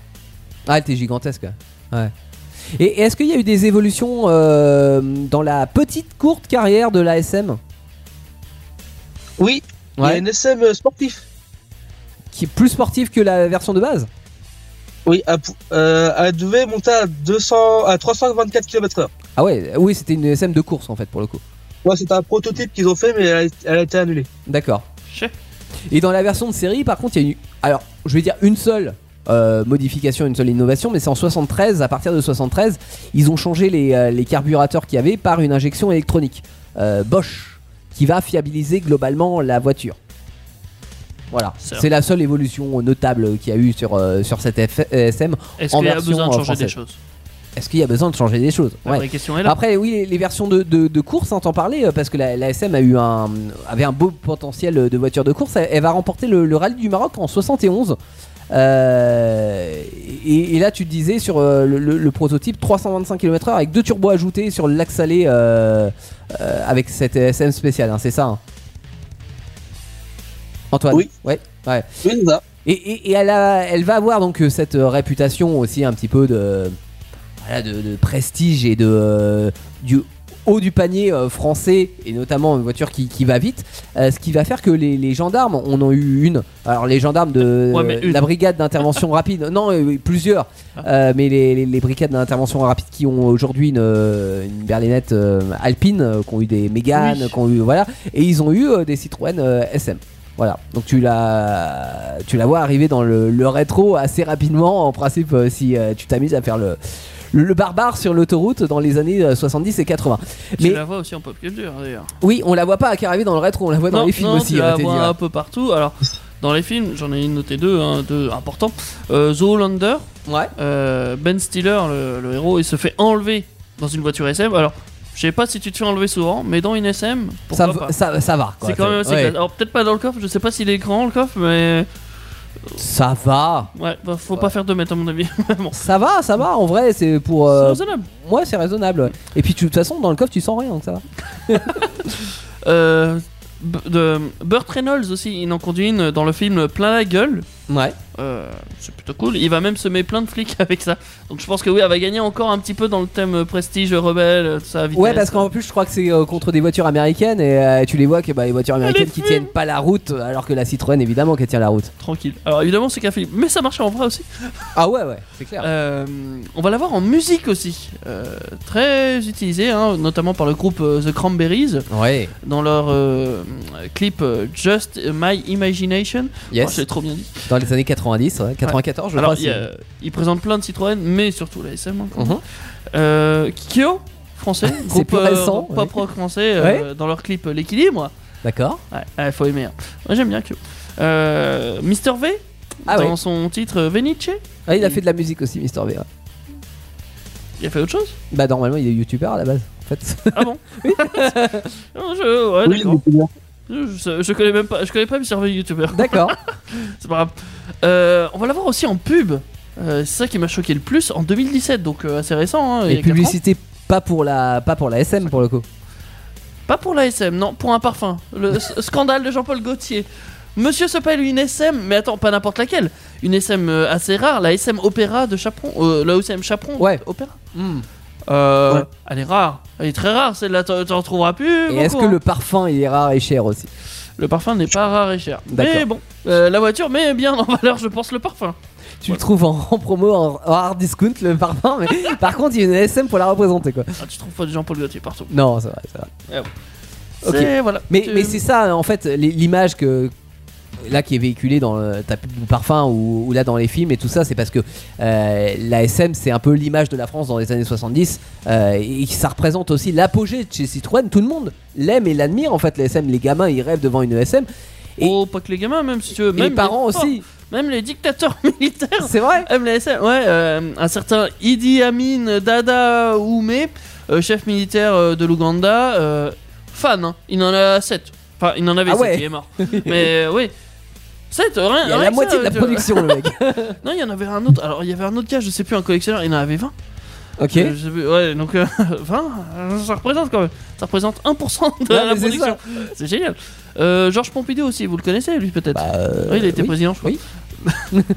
C: Ah, elle était gigantesque. Ouais. Et et est-ce qu'il y a eu des évolutions euh, dans la petite courte carrière de l'ASM
E: Oui, il y a une SM sportif.
C: Qui est plus sportive que la version de base
E: Oui, elle, pou- euh, elle devait monter à 200, à 324 km/h.
C: Ah ouais, oui, c'était une SM de course en fait pour le coup.
E: Ouais, c'était un prototype qu'ils ont fait, mais elle a, elle a été annulée.
C: D'accord.
D: Chef.
C: Et dans la version de série, par contre, il y a eu, alors, je vais dire une seule euh, modification, une seule innovation, mais c'est en 73. À partir de 73, ils ont changé les, euh, les carburateurs qu'il y avait par une injection électronique euh, Bosch, qui va fiabiliser globalement la voiture. Voilà,
D: C'est
C: c'est la seule évolution notable qu'il y a eu sur, euh, sur cette F- SM.
D: Est-ce
C: En
D: qu'il y a
C: version,
D: besoin de
C: euh,
D: changer des
C: française.
D: choses
C: Est-ce qu'il y a besoin de changer des choses
D: La
C: Ouais. Ah,
D: vraie question est là.
C: Après, oui, les, les versions de, de, de course, hein, t'en parlais, euh, parce que la, la SM a eu un, avait un beau potentiel euh, de voiture de course. Elle, elle va remporter le, le rallye du Maroc en 71. Euh, et, et là, tu te disais sur euh, le, le- le prototype 325 km/h avec deux turbos ajoutés sur l'axe allé euh, euh, avec cette SM spéciale, hein, c'est ça hein Antoine
E: Oui.
C: Ouais. ouais.
E: Oui, c'est ça.
C: Et, et- et elle, a- elle va avoir donc euh, cette euh, réputation aussi un petit peu de, voilà, de, de prestige et de euh, du haut du panier euh, français et notamment une voiture qui, qui va vite, euh, ce qui va faire que les, les gendarmes on en a eu une. Alors les gendarmes de
D: Ouais, mais une. Ah.
C: la brigade d'intervention rapide, non euh, plusieurs, Euh, mais les, les- les brigades d'intervention rapide qui ont aujourd'hui une, euh, une berlinette euh, alpine, euh, qui ont eu des Mégane,
D: Oui.
C: qui ont eu voilà, et ils ont eu euh, des Citroën euh, SM. Voilà, donc tu la, tu la vois arriver dans le, le rétro assez rapidement, en principe, euh, si euh, tu t'amuses à faire le, le, le barbare sur l'autoroute dans les années euh, 70 et 80.
D: Tu
C: Mais
D: la vois aussi en pop culture d'ailleurs.
C: oui, on la voit pas arriver dans le rétro, on la voit dans
D: non,
C: les films
D: non,
C: aussi.
D: Tu
C: hein,
D: la
C: t'es dit,
D: vois
C: ouais.
D: un peu partout. Alors, dans les films, j'en ai noté deux, hein, deux importants. Euh, Zoolander,
C: Ouais.
D: euh, Ben Stiller, le, le héros, il se fait enlever dans une voiture SM. Alors, je sais pas si tu te fais enlever souvent, mais dans une SM, pourquoi
C: Ça,
D: pas
C: va- ça, ça va. quoi,
D: C'est quand même assez
C: ouais.
D: classe. Alors, peut-être pas dans le coffre, je sais pas s'il est grand le coffre, mais.
C: Ça va.
D: Ouais, bah, faut pas faire deux mètres à mon avis. bon,
C: Ça va, ça va. En vrai, c'est pour.
D: c'est
C: euh,
D: raisonnable.
C: Ouais, c'est raisonnable. ouais. Et puis, tu- de toute façon, dans le coffre, tu sens rien, donc ça va.
D: Euh, B- de Burt Reynolds aussi, il en conduit une dans le film Plein la gueule.
C: Ouais.
D: Euh, c'est plutôt cool. Il va même semer plein de flics avec ça. Donc je pense que oui, elle va gagner encore un petit peu dans le thème euh, prestige, rebelle, euh, tout ça, vitesse.
C: Ouais, parce qu'en plus, je crois que c'est euh, contre des voitures américaines et euh, tu les vois que bah, les voitures américaines qui
D: fume.
C: tiennent pas la route, alors que la Citroën, évidemment, qu'elle tient la route.
D: euh, Tranquille. Alors évidemment, c'est qu'un film. Mais ça marche en vrai aussi.
C: Ah ouais, ouais, c'est clair.
D: Euh, on va l'avoir en musique aussi. Euh, très utilisé, hein, notamment par le groupe euh, The Cranberries
C: Ouais,
D: dans leur euh, clip euh, Just My Imagination. Oh,
C: yes.
D: c'est trop bien dit.
C: Dans les années 90, ouais, 94, je
D: Alors,
C: crois.
D: il, y
C: c'est-
D: a- il présente plein de Citroën, mais surtout la SM. hein, quand
C: Mhm.
D: même. Euh, Kyo, français, groupe
C: plus
D: euh,
C: récent,
D: pop
C: ouais.
D: rock français, euh, dans leur clip euh, L'équilibre.
C: D'accord.
D: Ouais, ouais, faut aimer. hein. Moi j'aime bien Kyo. Euh, Mr. V,
C: Ah
D: dans
C: ouais.
D: son titre euh, Venice,
C: Ah, il a fait de la musique aussi, Mister V. ouais.
D: il a fait autre chose
C: Bah, normalement, il est youtubeur à la base, en fait.
D: Ah bon Non, je, ouais,
E: oui,
D: d'accord.
E: mais c'est bien.
D: Je- je, je connais même pas, je connais pas Mr. V YouTuber.
C: D'accord.
D: C'est pas grave. Euh, on va l'avoir aussi en pub. Euh, c'est ça qui m'a choqué le plus en 2017, donc euh, assez récent. Hein, il y
C: Et
D: a quatre ans.
C: publicité pas pour la pas pour la SM pour le coup.
D: Pas pour la SM, non, pour un parfum. Le s- scandale de Jean-Paul Gaultier. Monsieur se paye une SM, mais attends, pas n'importe laquelle. Une SM euh, assez rare, la SM Opéra de Chaperon. euh, la SM Chaperon
C: Ouais.
D: Opéra. Euh,
E: Ouais.
D: Elle est rare, elle est très rare, celle-là, t'en t'en trouveras plus.
C: Et
D: beaucoup,
C: est-ce que
D: hein.
C: le parfum il est rare et cher aussi
D: Le parfum n'est pas rare et cher Mais
C: D'accord.
D: bon, euh, la voiture met bien en valeur, je pense, le parfum.
C: Tu le trouves en, en promo en, en hard discount le parfum, mais par contre il y a une SM pour la représenter quoi.
D: Ah, tu trouves pas du Jean-Paul Gaultier partout.
C: Non, c'est vrai, c'est vrai. Ok.
D: C'est- Voilà.
C: Mais,
D: Tu-
C: mais c'est ça en fait les- l'image que là qui est véhiculée dans le- ta pub du parfum ou, ou là dans les films et tout ça, c'est parce que euh, la SM c'est un peu l'image de la France dans les années 70 euh, et ça représente aussi l'apogée de chez Citroën. Tout le monde l'aime et l'admire en fait la SM. Les gamins ils rêvent devant une SM. Et-
D: Oh, pas que les gamins, même si tu veux.
C: Et
D: Même
C: les parents
D: forts.
C: aussi.
D: Même les dictateurs militaires
C: C'est vrai
D: aiment la SM. Ouais, euh, un certain Idi Amin Dada Oumé, euh, chef militaire euh, de l'Ouganda, euh, fan, hein. il en a 7. Enfin, il en avait
C: Ah
D: 7,
C: ouais.
D: il est mort. Mais euh, oui. 7, rien.
C: Il y a
D: rien
C: la
D: que
C: moitié
D: ça,
C: de la
D: tu-
C: production, le mec.
D: Non, il y en avait un autre. Alors, il y avait un autre gars, je sais plus, un collectionneur, il en avait 20.
C: Ok.
D: Euh, je sais plus, ouais, donc euh, 20, euh, ça représente quand même. Ça représente 1% de
C: Ouais, mais
D: la
C: c'est
D: production. C'est génial. Euh, Georges Pompidou aussi, vous le connaissez lui peut-être
C: Bah, euh,
D: Oui, il était
C: oui.
D: président, je crois.
C: oui.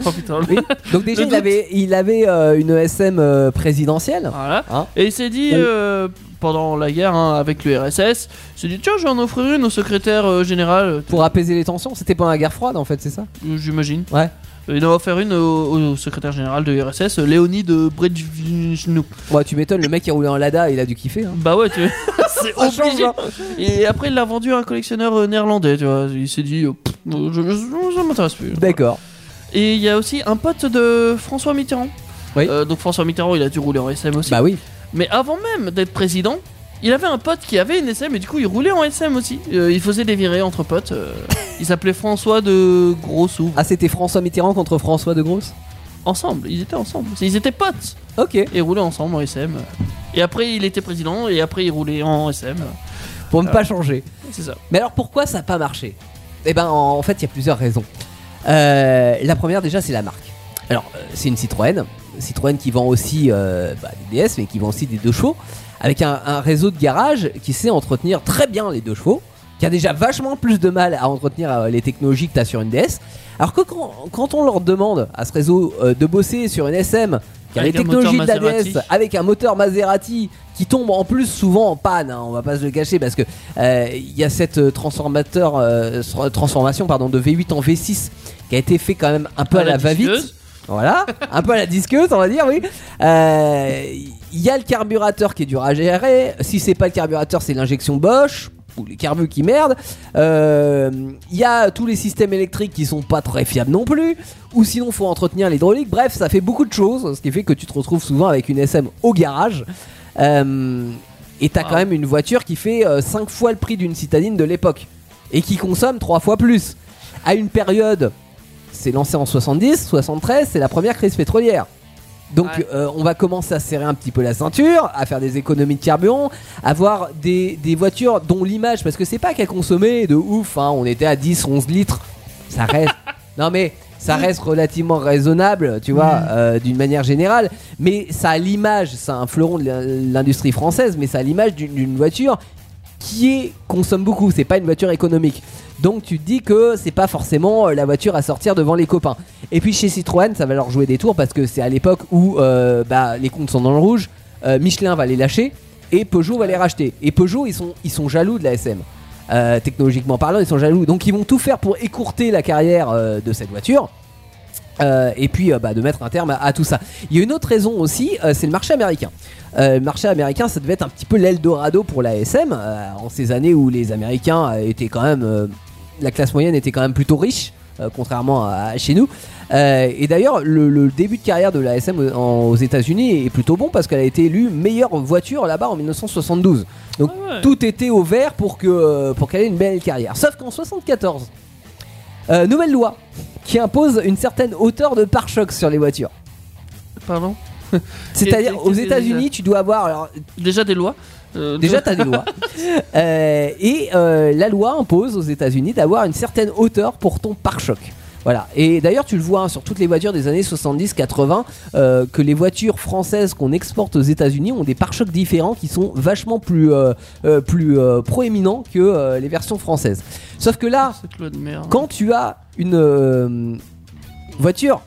D: oh putain, le-
C: Oui. Donc déjà,
D: Le
C: il
D: doute.
C: avait, il avait euh, une SM euh, présidentielle.
D: Voilà.
C: Hein
D: Et il s'est dit,
C: Oui.
D: euh, pendant la guerre hein, avec l'URSS, il s'est dit tiens, je vais en offrir une au secrétaire euh, général, euh,
C: Pour apaiser les tensions, c'était pendant la guerre froide en fait, c'est ça
D: j'imagine. Euh,
C: Ouais.
D: Il en a offert une au, au secrétaire général de l'URSS, euh, Léonide Brezhnev.
C: Ouais, tu m'étonnes, le mec qui roulait en Lada, il a dû kiffer. hein.
D: Bah ouais, tu c'est
C: Ça change,
D: obligé.
C: hein.
D: Et après, il l'a vendu à un collectionneur euh, néerlandais, tu vois. Il s'est dit, euh, pff, euh, je, je- ça m'intéresse plus.
C: D'accord.
D: Et il y a aussi un pote de François Mitterrand.
C: Oui.
D: Euh, donc François Mitterrand, il a dû rouler en SM aussi.
C: Bah oui.
D: Mais avant même d'être président, il avait un pote qui avait une SM et du coup, il roulait en SM aussi. Euh, il faisait des virées entre potes. euh, il s'appelait François de Grossou.
C: Ah, c'était François Mitterrand contre François de Grosse
D: Ensemble, ils étaient ensemble. Ils étaient potes.
C: Ok.
D: Et ils roulaient ensemble en SM. Et après, il était président et après, il roulait en SM.
C: Pour ne pas changer.
D: C'est ça.
C: Mais alors pourquoi ça n'a pas marché Eh ben en, en fait il y a plusieurs raisons. Euh, la première déjà c'est la marque. Alors euh, c'est une Citroën, Citroën qui vend aussi euh, bah, des DS mais qui vend aussi des deux chevaux, avec un, un réseau de garages qui sait entretenir très bien les deux chevaux, qui a déjà vachement plus de mal à entretenir euh, les technologies que tu as sur une DS. Alors que quand, quand on leur demande à ce réseau euh, de bosser sur une SM, qui a les
D: Avec un moteur
C: technologies de la
D: Maserati.
C: DS, avec un moteur Maserati qui tombe en plus souvent en panne, hein, on va pas se le cacher parce que euh, il y a cette euh, transformateur euh, s- transformation pardon de V8 en V6 qui a été fait quand même un peu à,
D: À la
C: la va-vite.
D: disqueuse.
C: Voilà, un peu à la disqueuse, on va dire, oui. Euh, Il y a le carburateur qui est dur à gérer. Si c'est pas le carburateur, c'est l'injection Bosch ou les carbus qui merdent. Euh, Il y a tous les systèmes électriques qui sont pas très fiables non plus. Ou sinon, faut entretenir l'hydraulique. Bref, ça fait beaucoup de choses, ce qui fait que tu te retrouves souvent avec une SM au garage. Euh, et t'as
D: Wow.
C: quand même une voiture qui fait 5 fois le prix d'une citadine de l'époque et qui consomme 3 fois plus. À une période, c'est lancé en 70, 73, c'est la première crise pétrolière. Donc
D: Ouais.
C: euh, on va commencer à serrer un petit peu la ceinture, à faire des économies de carburant, avoir des, des voitures dont l'image, parce que c'est pas qu'à consommer de ouf, hein, on était à 10, 11 litres, ça reste... non mais ça reste relativement raisonnable, tu vois, euh, d'une manière générale, mais ça a l'image, c'est un fleuron de l'in- l'industrie française, mais ça a l'image d'une- d'une voiture qui est, consomme beaucoup, c'est pas une voiture économique. Donc tu te dis que c'est pas forcément euh, la voiture à sortir devant les copains. Et puis chez Citroën, ça va leur jouer des tours parce que c'est à l'époque où euh, bah, les comptes sont dans le rouge, euh, Michelin va les lâcher et Peugeot va les racheter. Et Peugeot, ils sont, ils sont jaloux de la SM. Euh, technologiquement parlant, ils sont jaloux. Donc ils vont tout faire pour écourter la carrière euh, de cette voiture. Euh, et puis euh, bah, de mettre un terme à, à tout ça. Il y a une autre raison aussi, euh, c'est le marché américain. Euh, le marché américain, ça devait être un petit peu l'Eldorado pour la SM, euh, en ces années où les Américains euh, étaient quand même... euh, la classe moyenne était quand même plutôt riche, euh, contrairement à, à chez nous. Euh, et d'ailleurs, le, le début de carrière de la SM aux, en- aux États-Unis est plutôt bon parce qu'elle a été élue meilleure voiture là-bas en 1972. Donc
D: Ah ouais.
C: tout était au vert pour que pour qu'elle ait une belle carrière. Sauf qu'en 74, euh, nouvelle loi qui impose une certaine hauteur de pare-choc sur les voitures.
D: Pardon
C: C'est-à-dire
D: qu'est-ce
C: aux
D: que c'est
C: États-Unis, tu dois avoir alors
D: Déjà des lois. Euh,
C: Déjà, t'as des lois. Euh, et euh, la loi impose aux États-Unis d'avoir une certaine hauteur pour ton pare-choc. Voilà. Et d'ailleurs, tu le vois hein, sur toutes les voitures des années 70-80, euh, que les voitures françaises qu'on exporte aux États-Unis ont des pare-chocs différents qui sont vachement plus, euh, euh, plus euh, proéminents que euh, les versions françaises. Sauf que là,
D: Cette loi de Ah, merde.
C: quand tu as une euh, voiture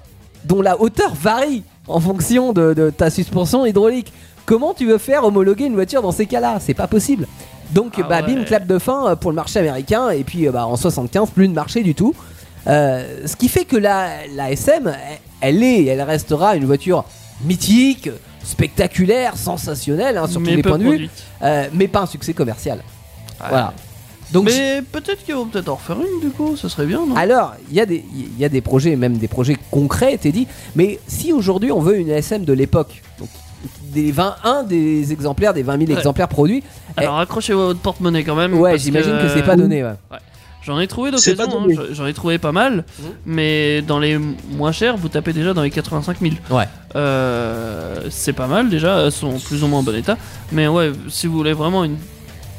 C: dont la hauteur varie en fonction de, de ta suspension hydraulique, comment tu veux faire homologuer une voiture dans ces cas-là C'est pas possible. Donc,
D: Ah
C: bah, bim,
D: ouais.
C: clap de fin euh, pour le marché américain, et puis euh, bah, en 75, plus de marché du tout. Euh, ce qui fait que la, la SM, elle elle est, elle restera une voiture mythique, spectaculaire, sensationnelle, hein, sur
D: Mais
C: tous les
D: peu
C: points de vue,
D: produite.
C: euh, mais pas un succès commercial.
D: Ouais.
C: Voilà. Donc, Ah,
D: Mais peut-être qu'ils vont peut-être en refaire une du coup, ça serait bien, non
C: Alors, il y, a des- il y a des projets, même des projets concrets, t'es dit, mais si aujourd'hui on veut une SM de l'époque, donc des 21 des exemplaires, des 20 000
D: Ouais.
C: exemplaires produits,
D: Alors accrochez-vous à votre porte-monnaie quand même.
C: eh. ouais,
D: parce
C: j'imagine que, c'est pas donné. ouais.
D: J'en ai trouvé
E: C'est pas
D: d'occasion, hein,
E: donné.
D: j'en- j'en ai trouvé pas mal,
C: Mhm.
D: mais dans les moins chers, vous tapez déjà dans les 85 000.
C: Ouais.
D: Euh, c'est pas mal déjà, elles sont plus ou moins en bon état, mais ouais, si vous voulez vraiment une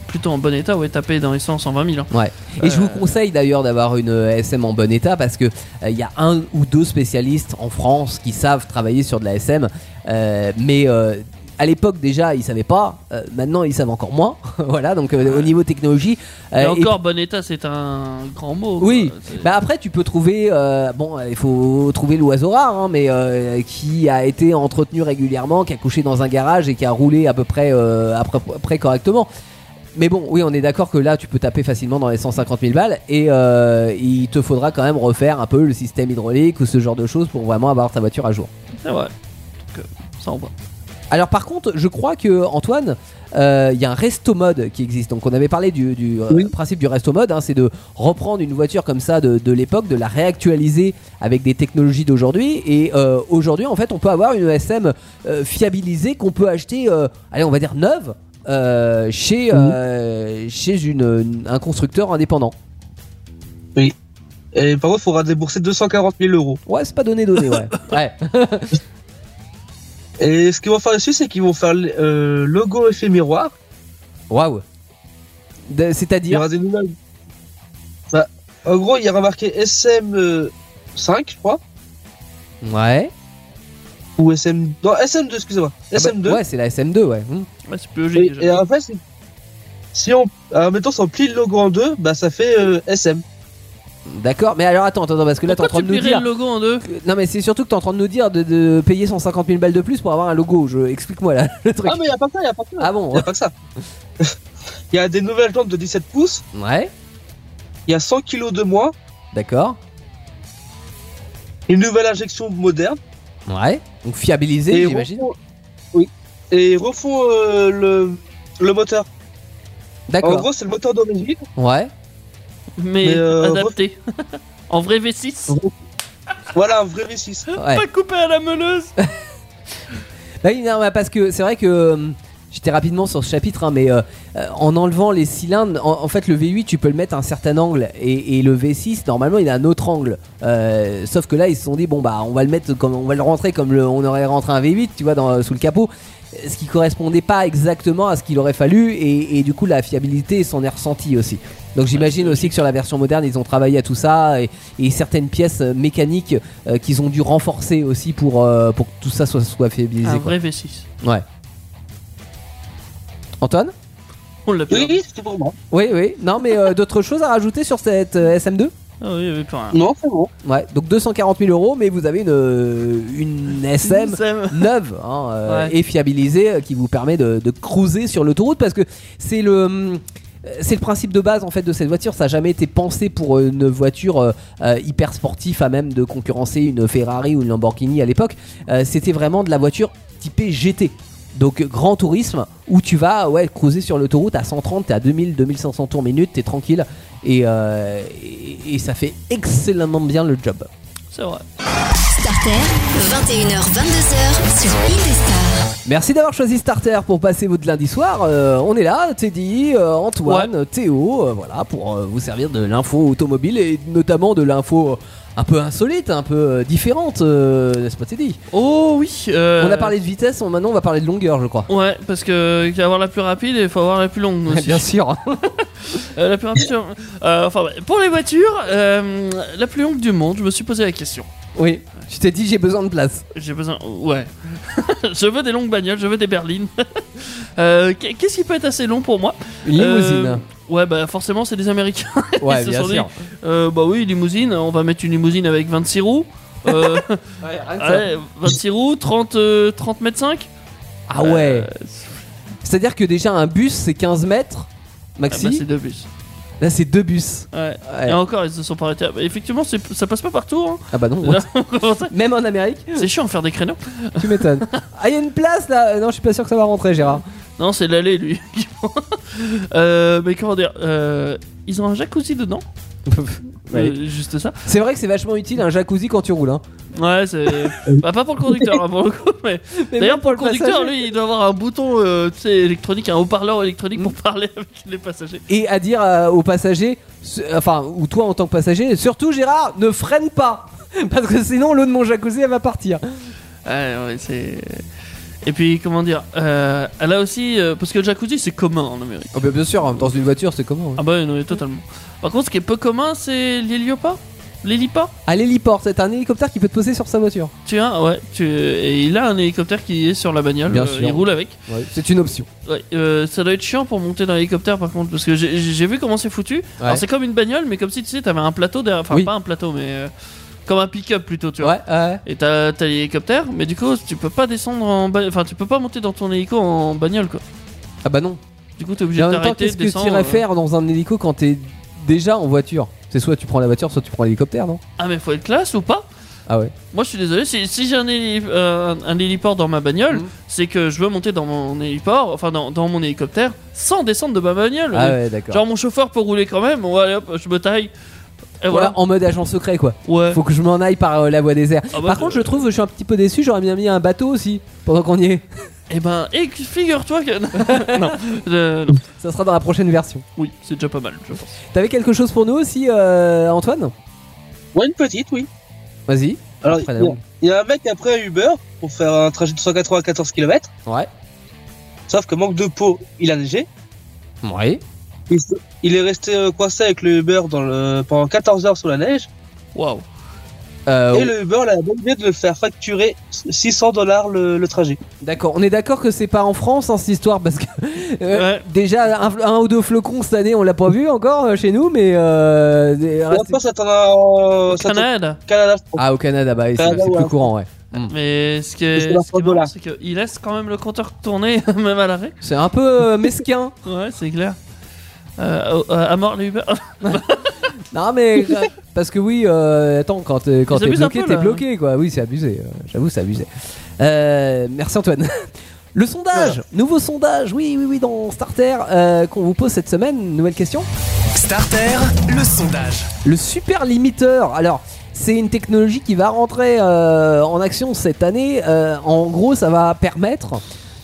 D: plutôt en bon état, ouais, tapez dans les 100, 120 000. hein.
C: Ouais. Et je
D: Euh,
C: vous conseille d'ailleurs d'avoir une SM en bon état parce que euh, il y a un ou deux spécialistes en France qui savent travailler sur de la SM, euh, mais euh, à l'époque déjà ils savaient pas, euh, maintenant ils savent encore moins. voilà, donc euh, au niveau technologie. euh,
D: Et
C: et-
D: encore, bon état, c'est un grand mot. quoi.
C: Oui.
D: euh, C'est-
C: bah après tu peux trouver euh, bon euh, il faut trouver l'oiseau rare hein, mais euh, qui a été entretenu régulièrement qui a couché dans un garage et qui a roulé à peu près euh, à peu près correctement mais bon oui on est d'accord que là tu peux taper facilement dans les 150 000 balles et euh, il te faudra quand même refaire un peu le système hydraulique ou ce genre de choses pour vraiment avoir ta voiture à jour
D: C'est vrai. Donc, euh, ça, on voit.
C: alors par contre, je crois que Antoine, euh, il y a un resto mode qui existe. Donc on avait parlé du, du, euh,
E: Oui.
C: principe du resto mode, hein, c'est de reprendre une voiture comme ça de, de l'époque, de la réactualiser avec des technologies d'aujourd'hui. Et euh, aujourd'hui, en fait, on peut avoir une SM euh, fiabilisée qu'on peut acheter, euh, allez, on va dire neuve. euh, chez euh, chez une, une- un constructeur indépendant.
E: Et par contre, il faudra débourser 240 000 euros.
C: Ouais, c'est pas donné donné. Ouais. ouais.
E: Et ce qu'ils vont faire dessus, c'est qu'ils vont faire euh, logo effet miroir.
C: Waouh. De-
E: Il y
C: C'est-à-dire.
E: aura des nouvelles. Bah, en gros, il y aura marqué SM5, je crois.
C: Ouais.
E: Ou SM. Non, SM2, excusez-moi. SM2.
C: Ah bah, Ouais, c'est la SM2. Ouais. Hmm.
D: Ouais, c'est plus logique
E: Et,
D: déjà.
E: et en fait, c'est- si on. Alors, mettons, si on plie le logo en deux, bah ça fait euh, SM.
C: D'accord. Mais alors attends, attends, parce que là t'es en
D: Pourquoi
C: train
D: tu
C: de nous dire.
D: plierais le logo en deux
C: Que- Non mais c'est surtout que t'es en train de nous dire de, de payer 150 000 balles de plus pour avoir un logo. Je explique-moi là le truc.
E: Ah, mais il a pas que ça, il a pas que ça.
C: Ah
E: Il
C: bon
E: a pas que ça. Il y a des nouvelles jantes de 17 pouces,
C: Ouais,
E: il y a 100 kilos de moins,
C: d'accord.
E: une nouvelle injection moderne.
C: Ouais. Donc fiabilisé,
E: et
C: j'imagine.
E: refont- Oui. Et refont euh, le, le moteur. En
C: D'accord.
E: gros, c'est le moteur d'origine.
C: Ouais.
D: Mais,
E: Mais, euh,
D: adapté. en vrai V6.
E: Voilà, un vrai V6.
C: Ouais.
D: Pas coupé à la meuleuse.
C: Bah oui, non, mais parce que c'est vrai que euh, j'étais rapidement sur ce chapitre, hein, mais euh, euh, en enlevant les cylindres, en, en fait, le V8, tu peux le mettre à un certain angle, et, et le V6, normalement, il a un autre angle. Euh, sauf que là, ils se sont dit, bon, bah, on va le mettre comme on va le rentrer comme le- on aurait rentré un V8, tu vois, dans, sous le capot. Euh, Ce qui correspondait pas exactement à ce qu'il aurait fallu, et, et du coup, la fiabilité s'en est ressentie aussi. Donc j'imagine aussi que sur la version moderne, ils ont travaillé à tout ça et, et certaines pièces euh, mécaniques euh, qu'ils ont dû renforcer aussi pour, euh, pour que tout ça soit, soit fiabilisé.
D: Un
C: quoi.
D: vrai V6.
C: Ouais. Antoine
D: On l'a hein. perdu.
E: Oui, c'est pour moi.
C: Oui, oui. Non, mais euh, d'autres choses à rajouter sur cette euh, SM2
D: Ah oui, il y avait plus rien.
E: Non, c'est bon.
C: Ouais, donc 240 000 euros, mais vous avez une, euh, une SM neuve hein, euh,
D: Ouais.
C: et fiabilisée euh, qui vous permet de, de cruiser sur l'autoroute parce que c'est le. hum, euh, C'est le principe de base en fait de cette voiture. Ça n'a jamais été pensé pour euh, une voiture euh, euh, hyper sportive à même de concurrencer une Ferrari ou une Lamborghini à l'époque. Euh, C'était vraiment de la voiture typée GT. Donc euh, grand tourisme où tu vas ouais cruiser sur l'autoroute à 130, t'es à 2000, 2500 tours minute, t'es tranquille et, euh, et, et ça fait excellemment bien le job.
D: C'est vrai.
B: Starter, 21h-22h sur Indestar.
C: Merci d'avoir choisi Starter pour passer votre lundi soir. Euh, on est là, Teddy, euh, Antoine, Théo, euh, voilà, pour euh, vous servir de l'info automobile et notamment de l'info euh, un peu insolite, un peu euh, différente, euh, n'est-ce pas Teddy
D: Oh oui. euh,
C: On a parlé de vitesse, on- maintenant on va parler de longueur, je crois.
D: Ouais, parce que avoir la plus rapide, il faut avoir la plus longue aussi.
C: Bien sûr.
D: Euh, la plus rapide. sur- euh, enfin, ouais. pour les voitures, euh, la plus longue du monde, je me suis posé la question.
C: oui. Tu t'es dit j'ai besoin de place.
D: J'ai besoin. Ouais. je veux des longues bagnoles, je veux des berlines. Euh, qu'est- Qu'est-ce qui peut être assez long pour moi
C: Une
D: Euh,
C: limousine.
D: Ouais, bah forcément, c'est des Américains.
C: ouais,
D: ils se
C: bien
D: sont
C: sûr.
D: Euh, bah oui, limousine, on va mettre une limousine avec 26 roues. Euh, ouais, 26 roues, 30, euh, 30 mètres 5
C: Ah ouais.
D: Euh,
C: C'est-à-dire que déjà un bus c'est 15 mètres,
D: ah
C: maxi.
D: bah, c'est deux bus.
C: Là c'est deux bus.
D: Ouais.
C: Ouais.
D: Et encore, ils se sont pas arrêtés. Ah, bah, Effectivement, c'est- ça passe pas partout. hein.
C: Ah bah non.
D: Là, on commence à-
C: Même en Amérique.
D: c'est chiant de faire des créneaux.
C: Tu m'étonnes. Ah, il y a une place là Euh, Non, je suis pas sûr que ça va rentrer, Gérard.
D: Non, c'est l'allée, lui. Euh, mais comment dire euh, Ils ont un jacuzzi dedans.
C: Ouais.
D: Euh, juste ça.
C: C'est vrai que c'est vachement utile un jacuzzi quand tu roules. Hein.
D: Ouais, c'est. bah, pas pour le conducteur, hein, pour le coup, mais.
C: Mais
D: D'ailleurs,
C: même
D: pour le conducteur,
C: passager.
D: lui, il doit avoir un bouton euh, tu sais, électronique, un haut-parleur électronique
C: Mm.
D: pour parler avec les passagers.
C: Et à dire euh, aux passagers, ce- enfin, ou toi en tant que passager, surtout Gérard, ne freine pas Parce que sinon, l'eau de mon jacuzzi, elle va partir.
D: Ouais, ouais, c'est. Et puis, comment dire euh, Là aussi, euh, parce que le jacuzzi, c'est commun en Amérique.
C: Oh, bien sûr, dans une voiture, c'est comment hein.
D: Ah bah non, mais totalement. Par contre, ce qui est peu commun, c'est l'héliopa L'hélipa
C: À l'héliport, c'est Ah, un hélicoptère qui peut te poser sur sa voiture.
D: Tu as, ouais. Tu... Et il a un hélicoptère qui est sur la bagnole.
C: Bien
D: euh,
C: sûr.
D: Il roule avec.
C: C'est une option.
D: Ouais, euh, ça doit être chiant pour monter dans l'hélicoptère par contre, parce que j'ai- j'ai vu comment c'est foutu. Alors c'est comme une bagnole, mais comme si tu sais, t'avais un plateau derrière. Enfin,
C: Oui.
D: pas un plateau, mais euh, comme un pick-up plutôt, tu vois.
C: Ouais, ouais.
D: Et t'as t'as l'hélicoptère, mais du coup, tu peux pas descendre en. ba- Enfin, tu peux pas monter dans ton hélico en bagnole, quoi.
C: Ah bah non.
D: Du coup, t'es obligé
C: Mais en
D: de
C: même temps,
D: t'arrêter,
C: qu'est-ce
D: de
C: que tu
D: descendre.
C: irais
D: euh.
C: faire dans un hélico quand t'es déjà en voiture C'est soit tu prends la voiture, soit tu prends l'hélicoptère, non
D: Ah, mais faut être classe ou pas
C: Ah ouais.
D: Moi, je suis désolé. Si, si j'ai un, héli- euh, un- un héliport dans ma bagnole,
C: Mhm.
D: c'est que je veux monter dans mon héliport, enfin dans, dans mon hélicoptère, sans descendre de ma bagnole.
C: Ah ouais, d'accord.
D: Genre, mon chauffeur peut rouler quand même. Ouais, hop, je me taille. Et voilà.
C: Euh, Voilà, en mode agent secret quoi.
D: Ouais.
C: Faut que je m'en aille par euh, la voie des airs.
D: Ah bah,
C: par contre, je trouve, je suis un petit peu déçu. J'aurais bien mis un bateau aussi pendant qu'on y est.
D: Eh ben, et que- figure-toi que. non. Euh, non.
C: Ça sera dans la prochaine version.
D: Oui, c'est déjà pas mal, je pense.
C: T'avais quelque chose pour nous aussi, euh, Antoine
E: Ouais, une petite, oui.
C: Vas-y.
E: Alors,
C: Après la
E: il y a-
C: roue.
E: il y a un mec après Uber pour faire un trajet de 194 km,
C: Ouais.
E: sauf que manque de peau, il a neigé.
C: Ouais.
E: Il, se- il est resté euh, coincé avec le Uber dans le, pendant 14 heures sur la neige.
D: Waouh.
C: Euh,
E: Et le Uber, il a la bonne idée de le faire facturer 600 dollars le, le trajet.
C: oh, D'accord. On est d'accord que c'est pas en France hein, cette histoire parce que euh,
D: Ouais.
C: déjà un, un ou deux flocons cette année, on l'a pas vu encore euh, chez nous, mais euh, des-
E: Et
C: restez-
E: après, ça t'en a en ça t'en-
D: Canada.
E: Canada.
C: ah au Canada, bah c'est
E: Canada,
C: c'est plus
E: ouais.
C: courant, ouais.
D: Mais ce qui
E: c'est
D: est,
E: leur
D: ce qui est
E: dollars.
D: marrant, c'est qu'il laisse quand même le compteur tourner, même à l'arrêt.
C: C'est un peu euh, mesquin.
D: Ouais, c'est clair. Euh, euh, à mort, l'Uber.
C: Non mais euh, parce que oui, euh, attends quand t'es quand
D: Ils
C: t'es
D: abusent un
C: bloqué,
D: peu,
C: t'es
D: là.
C: bloqué quoi. Oui, c'est abusé. euh, J'avoue, c'est abusé. Euh, merci Antoine. Le sondage, nouveau sondage, oui, oui, oui, dans Starter euh, qu'on vous pose cette semaine, nouvelle question.
A: Starter, le sondage.
C: Le super limiteur. Alors, c'est une technologie qui va rentrer euh, en action cette année. Euh, en gros, ça va permettre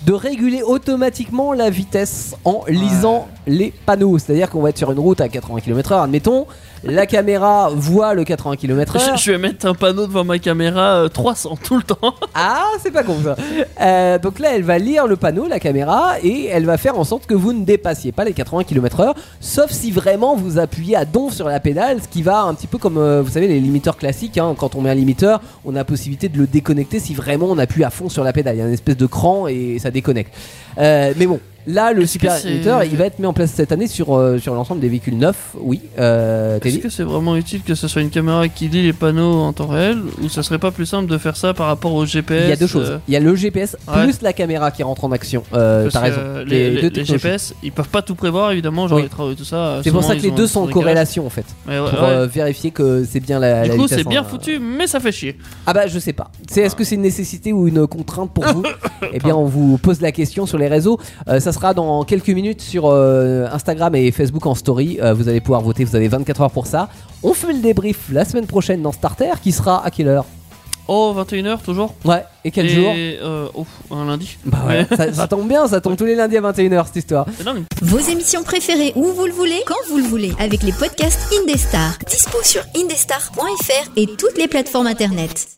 C: de réguler automatiquement la vitesse en lisant les panneaux. C'est-à-dire qu'on va être sur une route à 80 km/h, admettons. La caméra voit le 80
D: Je,
C: km/h.
D: je vais mettre un panneau devant ma caméra euh, 300 tout le temps.
C: Ah, c'est pas con ça. Euh, donc là, elle va lire le panneau, la caméra, et elle va faire en sorte que vous ne dépassiez pas les 80 km/h, sauf si vraiment vous appuyez à don sur la pédale, ce qui va un petit peu comme, euh, vous savez, les limiteurs classiques. hein. quand on met un limiteur, on a la possibilité de le déconnecter si vraiment on appuie à fond sur la pédale. Il y a une espèce de cran et ça déconnecte. Euh, mais bon. Là, le
D: Est-ce que
C: super
D: c'est-
C: limiteur, il va être mis en place cette année sur, euh, sur l'ensemble des véhicules neufs. Oui, euh,
D: Est-ce
C: Teddy
D: que c'est vraiment utile que ce soit une caméra qui lit les panneaux en temps réel ou ça serait pas plus simple de faire ça par rapport au GPS
C: Il y a deux choses.
D: euh,
C: Il y a le GPS
D: ouais.
C: plus la caméra qui rentre en action. Euh,
D: parce
C: T'as
D: que,
C: raison. Les
D: euh, Les, les-
C: deux
D: les
C: technologies.
D: GPS, ils peuvent pas tout prévoir évidemment, genre
C: Oui.
D: les travaux et tout ça. euh,
C: C'est pour
D: souvent,
C: ça que
D: ils
C: les
D: ont-
C: deux
D: ils
C: sont en
D: des décalages.
C: corrélation en fait.
D: Mais ouais,
C: Pour
D: ouais.
C: euh, vérifier que c'est bien la. la
D: Du coup,
C: vitesse
D: c'est
C: en- euh,
D: bien foutu, mais ça fait chier.
C: Ah bah je sais pas. C'est est-ce que c'est une nécessité ou une contrainte pour vous Eh bien on vous pose la question sur les réseaux. Euh, ça sera dans quelques minutes sur euh, Instagram et Facebook en story. Euh, vous allez pouvoir voter. Vous avez 24 heures pour ça. On fait le débrief la semaine prochaine dans Starter qui sera à quelle heure
D: Oh, 21h toujours
C: Ouais. Et quel
D: Et,
C: jour
D: euh, oh, Un lundi.
C: Bah ouais. ça, ça tombe bien. Ça tombe tous les lundis à 21h cette histoire.
D: Mais non, mais
B: Vos émissions préférées où vous le voulez, quand vous le voulez, avec les podcasts Indestar. Dispo sur indestar.fr et toutes les plateformes internet.